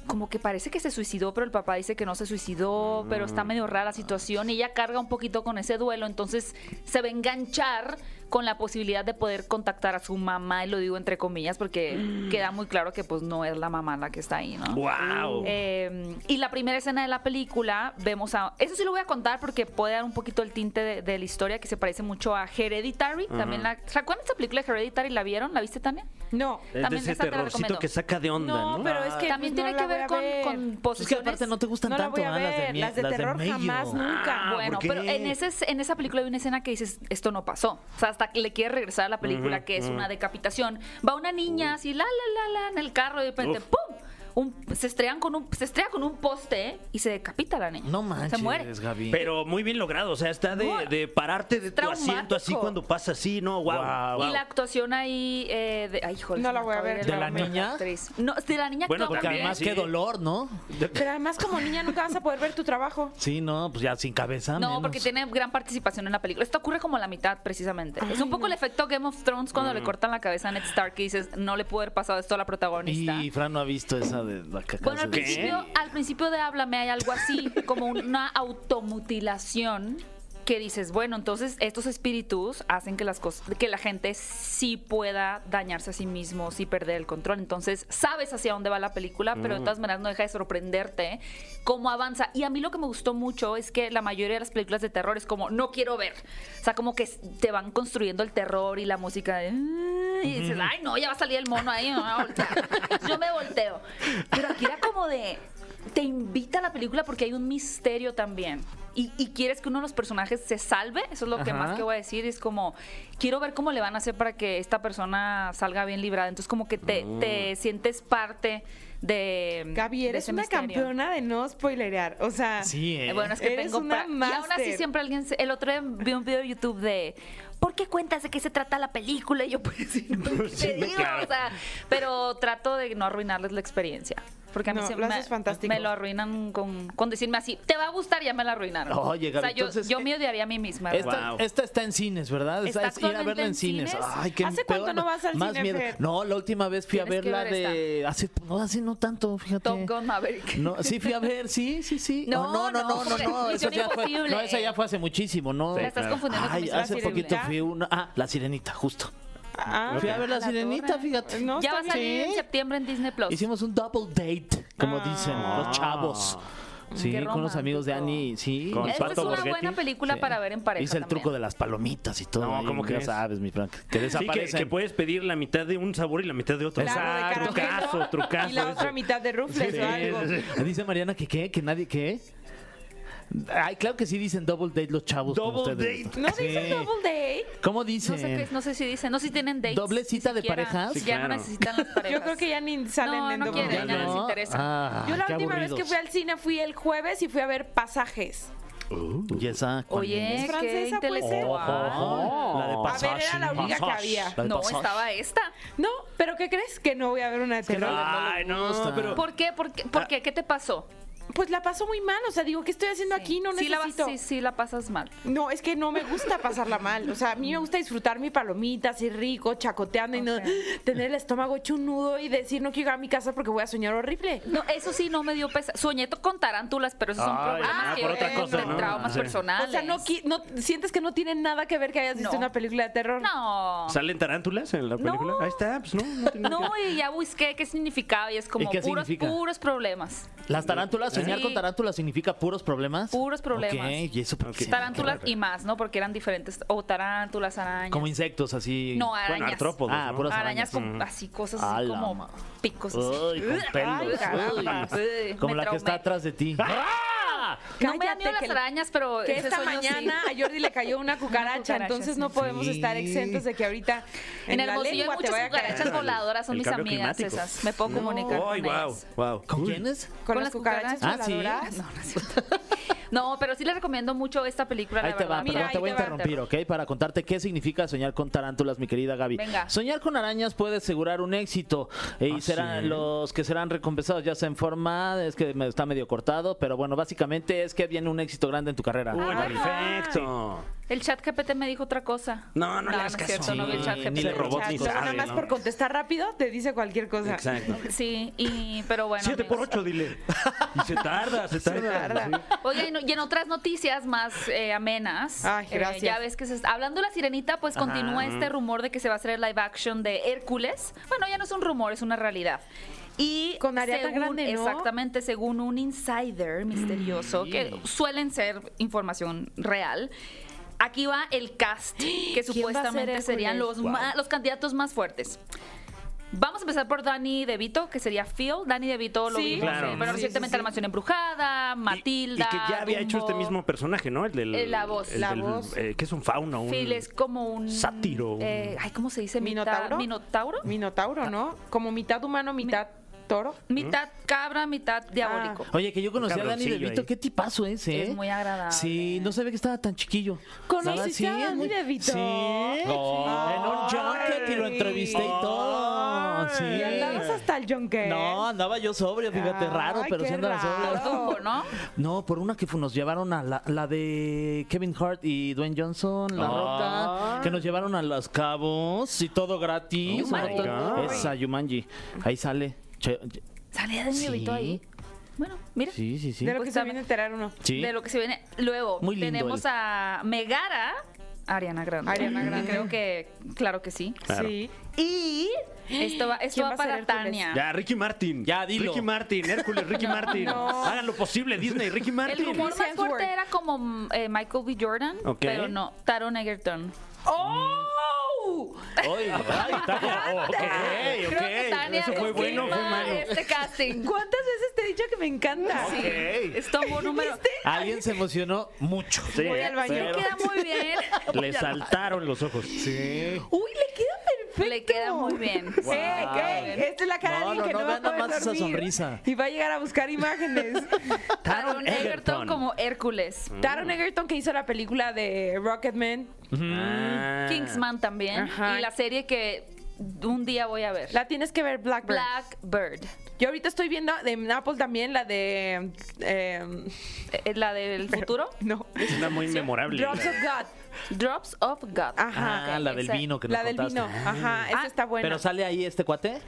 Como que parece que se suicidó, pero el papá dice que no se suicidó, pero está medio rara la situación y ella carga un poquito con ese duelo, entonces se va a enganchar con la posibilidad de poder contactar a su mamá, y lo digo entre comillas, porque queda muy claro que pues no es la mamá la que está ahí, ¿no? ¡Wow! Eh, y la primera escena de la película, vemos a. Eso sí lo voy a contar porque puede dar un poquito el tinte de, de la historia que se parece mucho a Hereditary. También la, ¿Se acuerdan de esa película de Hereditary? ¿La vieron? ¿La viste, Tania? No. es de también ese este esa te la terrorcito recomiendo. que saca de onda, ¿no? No, pero es que También pues, tiene no que la voy ver a con, ver. con pues, Pues Es que posesiones. aparte no te gustan No la tanto, voy a ¿ah? Las de, ver, mie- las de terror medio. jamás, nunca. Ah, Bueno, ¿por pero qué? en, ese- en esa película hay una escena que dices, esto no pasó. O sea, hasta que le quiere regresar a la película, que es una decapitación. Va una niña así, la, la, la, la, en el carro y de repente, Uf. ¡pum! Un- se, estrellan con un, se estrella con un poste y se decapita la niña. No manches, Se muere. Gaby. Pero muy bien logrado, o sea, está de, No. de pararte de tu Traumático. asiento así cuando pasa así, ¿no? ¡Wow! Guau. Y la actuación ahí eh, de, ay, híjole, No se la me voy a acaba ver, ir el ¿De la nombre niña? la actriz. No, es de la niña Bueno, actúa porque Porque también. además, sí. qué dolor, ¿no? Pero además como niña nunca vas a poder ver tu trabajo. Sí, no, pues ya sin cabeza. No, menos. porque tiene gran participación en la película. Esto ocurre como a la mitad, precisamente. es un poco el efecto Game of Thrones cuando le cortan la cabeza a Ned Stark y dices, no le pudo haber pasado esto a la protagonista. Y Fran no ha visto esa de la que Bueno, acabas al de decir. principio, al principio de Háblame hay algo así, como una automutilación que dices, bueno, entonces estos espíritus hacen que las cosas, que la gente sí pueda dañarse a sí mismo, sí perder el control. Entonces, sabes hacia dónde va la película, pero de todas maneras no deja de sorprenderte cómo avanza. Y a mí lo que me gustó mucho es que la mayoría de las películas de terror es como no quiero ver. O sea, como que te van construyendo el terror y la música de "Ah", y dices, ay no, ya va a salir el mono ahí, me voy a voltear". Yo me volteo. Pero aquí era como de. Te invita a la película porque hay un misterio también. Y, y quieres que uno de los personajes se salve. Eso es lo que Ajá. más que voy a decir. Es como, quiero ver cómo le van a hacer para que esta persona salga bien librada. Entonces, como que te, te sientes parte de. Gaby, de eres ese una misterio. campeona de no spoilerear. O sea, Sí, ¿eh? Eh, bueno, es que Eres tengo una pra- Y aún así máster. siempre alguien. se- El otro día vi un video de YouTube de. ¿Por qué cuentas de qué se trata la película? Y yo, pues, sí, no, ¿qué te digo? O sea, pero trato de no arruinarles la experiencia. Porque a mí No, se lo me, haces fantástico. me lo arruinan con, con decirme así, te va a gustar, ya me la arruinaron. Oye, Gaby, o sea, yo, entonces, yo eh, me odiaría a mí misma. ¿verdad? Esta, Wow. esta está en cines, ¿verdad? Está Es- es ir a verla actualmente en en cines. cines. Ay, qué ¿Hace peor, cuánto no vas al más cine, miedo. Fer? No, la última vez fui a ver Tienes que la ver de hace no hace no tanto, fíjate. Top Gun Maverick. No, sí fui a ver, sí, sí, sí. No, Oh, no, no, no, no, no, no, Misión esa ya fue, Imposible. no, esa ya fue hace muchísimo, no. La estás confundiendo con Ay, Misión hace Imposible. poquito fui una, ah, La Sirenita, justo. ah, Fui a ver La, La Sirenita, torre. fíjate. No, ya está va a salir bien. en septiembre en Disney Plus. Hicimos un double date, como Ah. dicen Ah. los chavos. Sí, Qué con los amigos de romántico. Annie, sí. Con Y- Esta es Pato una Borghetti. buena película Sí. para ver en pareja. Hice el también. truco de las palomitas y todo. No, ahí, ¿cómo ya crees? sabes, mi Frank. Que Sí, que, desaparecen. que puedes pedir la mitad de un sabor y la mitad de otro. claro, de Exacto, caramelo, trucazo, trucazo. Y la ese. otra mitad de rufles o algo. Ah, Dice Mariana que qué, que nadie qué. Ay, claro que sí dicen double date los chavos. con Double ustedes. date. ¿No Sí. dicen double date? ¿Cómo dicen? No sé, qué es, no sé si dicen, no sé si tienen dates. ¿Doble cita ni de siquiera. parejas? Sí, ya claro. no necesitan las parejas. Yo creo que ya ni salen no, en no doble quieren, date. ya no les interesa. Ah, Yo la qué última vez que aburridos. fui al cine fui el jueves y fui a ver pasajes. Y esa. cuando- Oye, ¿Es qué francesa, pues? puede ser? intelectual. Ojo. La de A ver, Passage. era la única que Passage. había. La de No, Passage. estaba esta. No, pero ¿qué crees? Que no voy a ver una de terror. Ay, no, pero. ¿Por qué? ¿Por qué? Ah. ¿Por qué? ¿Qué te pasó? Pues la paso muy mal, o sea, digo, ¿qué estoy haciendo aquí? No sí, la vas- necesito. sí, sí, la pasas mal. No, es que no me gusta pasarla mal. O sea, a mí me gusta disfrutar mi palomita así rico, chacoteando y no Ok. tener el estómago hecho un nudo y decir no quiero ir a mi casa porque voy a soñar horrible. No, eso sí no me dio pesa. Soñé to- con tarántulas, pero esos son Ay, problemas ah, que por yo otra tengo cosa, de ¿no? traumas Sí. personales. O sea, no, qui- no sientes que no tiene nada que ver que hayas visto No. una película de terror. No. ¿Salen tarántulas en la película? Ahí está, pues no. no tiene No, y ya busqué qué significaba y es como ¿Y qué puros, significa? puros problemas. Las tarántulas, soñar Sí. con tarántulas significa puros problemas. Puros problemas. Ok, y eso por qué? Tarántulas y más, ¿no? Porque eran diferentes. O tarántulas, arañas. Como insectos así. No, que- arañas. Bueno, artrópodos. Ah, ¿no? puras arañas. arañas con Ujú. así cosas A así la como ma- picos. Oh. así. Uy, con pelos. Ay, caramba. Uy. Uy, Como me la que está traumé. Ah. atrás de ti. ¡Ah! No me da miedo Cállate, las que- arañas, pero Que ese esta sueño sí. mañana a Jordi le cayó una cucaracha, cucaracha, entonces no sí. podemos Sí. estar exentos de que ahorita en, En la Hermosillo hay lengua te muchas vaya a caer cucarachas voladoras, son El mis cambio amigas climático. esas. Me puedo comunicar con Ay, wow, ellas. wow. ¿Con Uy. quiénes? con, las cucarachas, cucarachas. Ah, ¿sí? voladoras. No, no es cierto. No, pero sí les recomiendo mucho esta película, Ahí la te verdad. va, perdón, ahí te voy a va. interrumpir, ¿ok? Para contarte qué significa soñar con tarántulas, mi querida Gaby. Venga. Soñar con arañas puede asegurar un éxito eh, y Ah, serán ¿sí? los que serán recompensados, ya sea en forma, es que me está medio cortado, pero bueno, básicamente es que viene un éxito grande en tu carrera. Uy, Ah. perfecto. El chat GPT me dijo otra cosa. No, no le hagas es caso. cierto, no vi el Sí, chat ni GPT. le robó. Robot ni Luego nada sabe, más ¿no? por contestar rápido te dice cualquier cosa. Exacto. Sí, y, pero bueno. 7 por amigos. 8, dile. Y se tarda, se tarda. tarda. sí. Oigan, y no- y en otras noticias más eh, amenas. Ay, eh, gracias. ya ves que se está- hablando de la sirenita, pues continúa este rumor de que se va a hacer el live action de Hércules. Bueno, ya no es un rumor, es una realidad. Y Con Ariana según- Grande, ¿no? Exactamente, según un insider misterioso, que suelen ser información real. Aquí va el cast, que ¿Quién va a ser supuestamente serían Hércules? los, ma- los candidatos más fuertes. Vamos a empezar por Danny DeVito, que sería Phil. Danny DeVito lo Sí. vimos, Claro. eh, bueno, Sí, sí, recientemente La Mansión Embrujada, Matilda. Y, y que ya había hecho Dumbo. este mismo personaje, ¿no? El del. Eh, la voz. el La del, voz. eh, que es un fauno. Un... Phil es como un. Sátiro. eh, ay, ¿cómo se dice? Mitad- ¿Minotauro? ¿Minotauro? ¿Mm? Minotauro, ¿no? Como mitad humano, mitad toro. mitad cabra, mitad Ah. diabólico. Oye, que yo conocí a Dani cabroncillo DeVito, ahí. qué tipazo es, ¿eh? Es muy agradable. Sí, no sabía que estaba tan chiquillo. ¿Conociste Nada, sí, a es Danny muy- DeVito? Sí. En un junket y lo entrevisté y todo. Sí. Y andabas hasta el yonque. No, andaba yo sobrio, fíjate, raro, Ay, pero qué sí andaba raro. sobrio. Ojo, ¿no? No, por una que fu- nos llevaron a la, la de Kevin Hart y Dwayne Johnson, La Roca, que nos llevaron a Los Cabos y todo gratis. Oh, my Una- God. Esa Yumanji. Ahí sale. Che- Salía de mi Sí. bebito ahí. Bueno, mira. Sí, sí, sí. De lo que Pues se tam- viene a enterar uno. Sí. De lo que se viene. Luego Muy lindo tenemos él. a Megara. Ariana Grande. Ariana Grande. Creo que, claro que sí. Claro. Sí. Y esto va, esto ¿Quién va, va a ser para Hércules? Tania. Ya, Ricky Martin. Ya, dilo. Ricky Martin, Hércules, Ricky Martin. no. Hagan lo posible, Disney, Ricky Martin. El rumor Chris más Hemsworth. fuerte era como mm, eh, Michael B. Jordan, Ok. pero no, Taron Egerton. ¡Oh! Ay, ay, Tania, oh, ok, Creo que Tania Eso fue bueno, fue confirma malo. este casting. ¿Cuántas veces te he dicho que me encanta? Sí, estuvo número. Alguien se emocionó mucho. Sí, Voy al baño. pero Queda muy bien. Le saltaron los ojos. Sí. ¡Uy, le queda perfecto! Le queda muy bien. Eh, Ey, ey, Esta es la cara de No, no, alguien que no, no, va a vean nada poder más esa dormir. sonrisa. Y va a llegar a buscar imágenes. Taron Egerton Egerton. como Hércules. Taron Egerton que hizo la película de Rocketman. Ah. Kingsman también. Ajá. Y la serie que un día voy a ver. La tienes que ver, Blackbird. Blackbird. Yo ahorita estoy viendo de Apple también la de... eh, Eh, La del futuro. no. Es una muy memorable. Drops of God. Drops of God. Ajá. Ah, la del esa- vino que nos la del contaste. vino. Ajá, esa Ah, está buena. Pero sale ahí este cuate.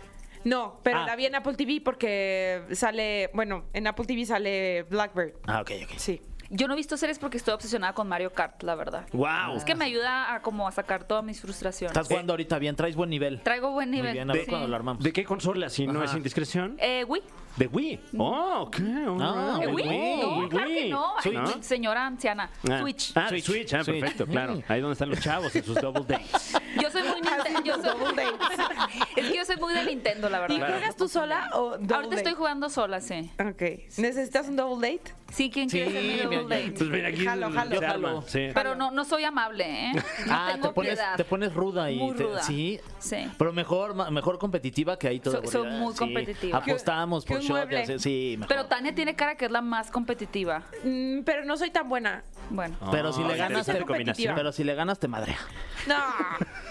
no, pero Ah. la vi en Apple TV porque sale... Bueno, en Apple TV sale Blackbird. Ah, ok, ok. Sí. Yo no he visto series porque estoy obsesionada con Mario Kart, la verdad. Ah, Wow. Es que me ayuda a como a sacar todas mis frustraciones. Estás jugando ahorita bien, traes buen nivel. Traigo buen Muy nivel. bien, a ver sí. cuando lo armamos. ¿De qué consola? Si no Ajá. es indiscreción. Eh, Wii. De Wii. Oh, ok. all Ah, right. Eh, el Mm. Wii. Wii, No, Wii, claro que Wii. no. Ay, Switch. Señora anciana. Ah. Switch. Ah, de Switch. Switch. Ah, Switch. perfecto, claro. Ahí donde están los chavos en sus double dates. Ah, Yo soy muy Nintendo. Yo yo soy, es que yo soy muy de Nintendo, la verdad. ¿Y juegas tú sola o double Ahorita estoy jugando sola, sí. date? Ok. ¿Necesitas un double date? Sí, ¿quién Sí, quiere ser mi double mira, ya. date? Pues mira, aquí Jalo, se jalo. arma, Jalo. sí. Pero no, no soy amable, ¿eh? No ah, tengo te pones, piedad. te pones ruda y Muy te- ruda. sí. Sí. Pero mejor, ma- mejor competitiva que ahí todo. So- soy muy competitiva. Apostamos Que- por que un shot, mueble. así, sí, mejor. Pero Tania tiene cara que es la más competitiva. Mm, pero no soy tan buena. Bueno. Pero si Ah, le ganas, interesante te, combinación. pero si le ganas te madrea. No.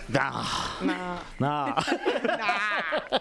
No. No. No.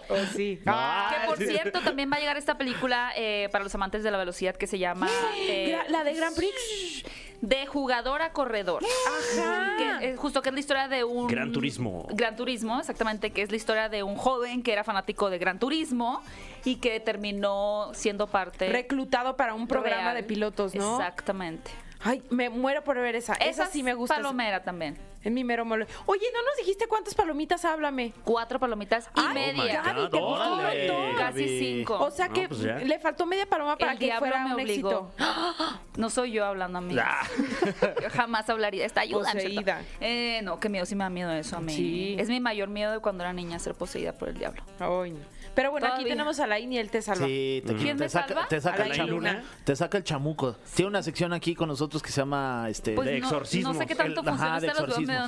O Ah, sí. Que por cierto, también va a llegar esta película eh, para los amantes de la velocidad que se llama eh, Gra- la de Grand Prix. De jugador a corredor. Ajá. Que es justo que es la historia de un. Gran Turismo. Gran Turismo, exactamente, que es la historia de un joven que era fanático de Gran Turismo y que terminó siendo parte. Reclutado para un programa real. de pilotos, ¿no? Exactamente. Ay, me muero por ver esa. Esa, Esa sí me gusta. Palomera también. En mi mero mole. Oye, ¿no nos dijiste cuántas palomitas háblame? Cuatro palomitas y Ay, media. Gaby, te gustó un Oh Órale, montón. Casi Gaby. cinco. O sea No, que pues ya. le faltó media paloma para El que diablo fuera me un éxito. obligó. No soy yo hablando a mí. Ah. Yo jamás hablaría. Está ayuda. ¿no es cierto? Poseída. Eh, no, qué miedo, sí me da miedo eso a mí. Sí. Es mi mayor miedo de cuando era niña ser poseída por el diablo. Ay, no. Pero bueno, aquí Todavía. tenemos a Lain y él te salva. Sí, te, ¿Quién te me saca, salva? te saca el Alain chamuco. Luna. Te saca el chamuco. Tiene una sección aquí con nosotros que se llama este Pues de no, exorcismos. No sé qué tanto El- ajá, funciona. de Ustedes los veo medio exorcismos.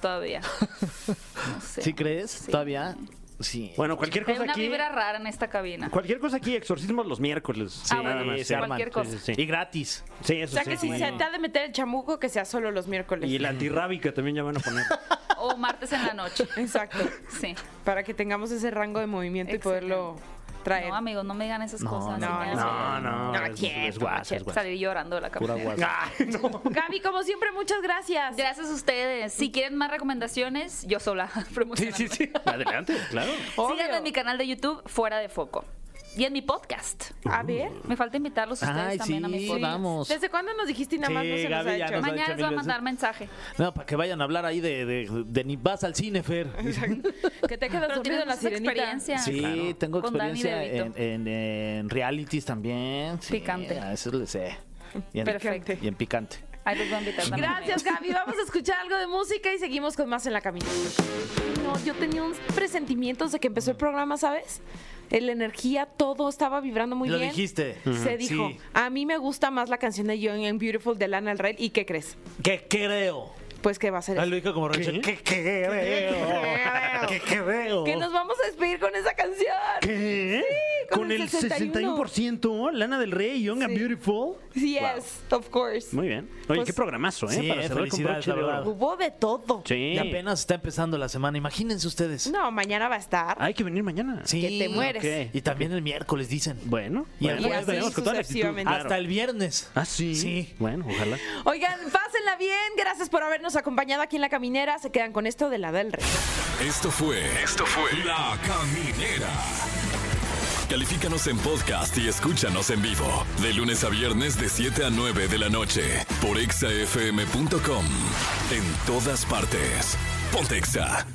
todavía. No sé. ¿Sí crees? Sí. ¿Todavía? Sí. Bueno, cualquier Hay cosa una aquí. vibra rara en esta cabina. Cualquier cosa aquí, exorcismos los miércoles. Ah, bueno, nada más, sí, sí. cualquier cosa. Sí, sí, Y sí. gratis. Sí, O eso sea sí, que si sí. se te ha de meter el chamuco, que sea solo los miércoles. Y el antirrábica también ya van a poner. Ah, O martes en la noche. Exacto. Sí. Para que tengamos ese rango de movimiento y poderlo traer. No, amigos, no me digan esas No, cosas. no, Ah, me hagan No, no, No, es, ¿quién? es guasa, es guasa. Salir llorando de la Pura cabina. guasa. Ah, no. Gaby, como siempre, muchas gracias. Gracias a ustedes. Si quieren más recomendaciones, yo sola Sí, promocionando. sí, sí. Adelante, claro. Obvio. Síganme en mi canal de YouTube, Fuera de Foco. Y en mi podcast. A ver. Me falta invitarlos ustedes Ay, también a mi sí, podcast. vamos. ¿Desde cuándo nos dijiste y nada más Sí, no se nos Gaby, ha ya hecho? nos ha- Mañana les voy a Mil mandar mensaje. No, para que vayan a hablar ahí de, de, de ni vas al cine, Fer. Que te quedas Pero dormido tienes en la mucha sirenita. experiencia. Sí, claro. tengo Con Danny experiencia en, DeVito. en, en realities también. Sí, Picante. A eso le sé. Y en- Perfecto. Y en picante. Ahí los voy a invitar también. Gracias, Gaby. Vamos a escuchar algo de música y seguimos con más en la camina. No, yo tenía unos presentimientos de que empezó el programa, ¿sabes? La energía, todo estaba vibrando muy Lo bien. dijiste. Se Ujú. dijo. Sí. A mí me gusta más la canción de Young and Beautiful de Lana del Rey. ¿Y qué crees? Que creo. Pues que va a ser. Ahí eso. Ah, lo dije como Rachel. Que creo. Que creo. Que nos vamos a despedir con esa canción. ¿Qué? con el 61%. Lana del Rey, Young and Sí. Beautiful. Yes, of course. Muy bien. Oye, Pues- qué programazo, ¿eh? Sí, Para cerrar con felicidades, broche la de verdad. oro. Hubo de todo. Sí. Y apenas está empezando la semana. Imagínense ustedes. No, mañana va a estar. Hay que venir mañana. Sí. que te mueres. Ok. Y también el miércoles, dicen. Bueno, Y el bueno, jueves, veremos con toda la actitud. sucesivamente. Claro. Hasta el viernes. Ah, sí. Sí. Bueno, ojalá. Oigan, pásenla bien. Gracias por habernos acompañado aquí en La Caminera. Se quedan con esto de la del rey. Esto fue. Esto fue. La Caminera. Califícanos en podcast y escúchanos en vivo. De lunes a viernes, de 7 a 9 de la noche. Por exafm.com. En todas partes. Pontexa.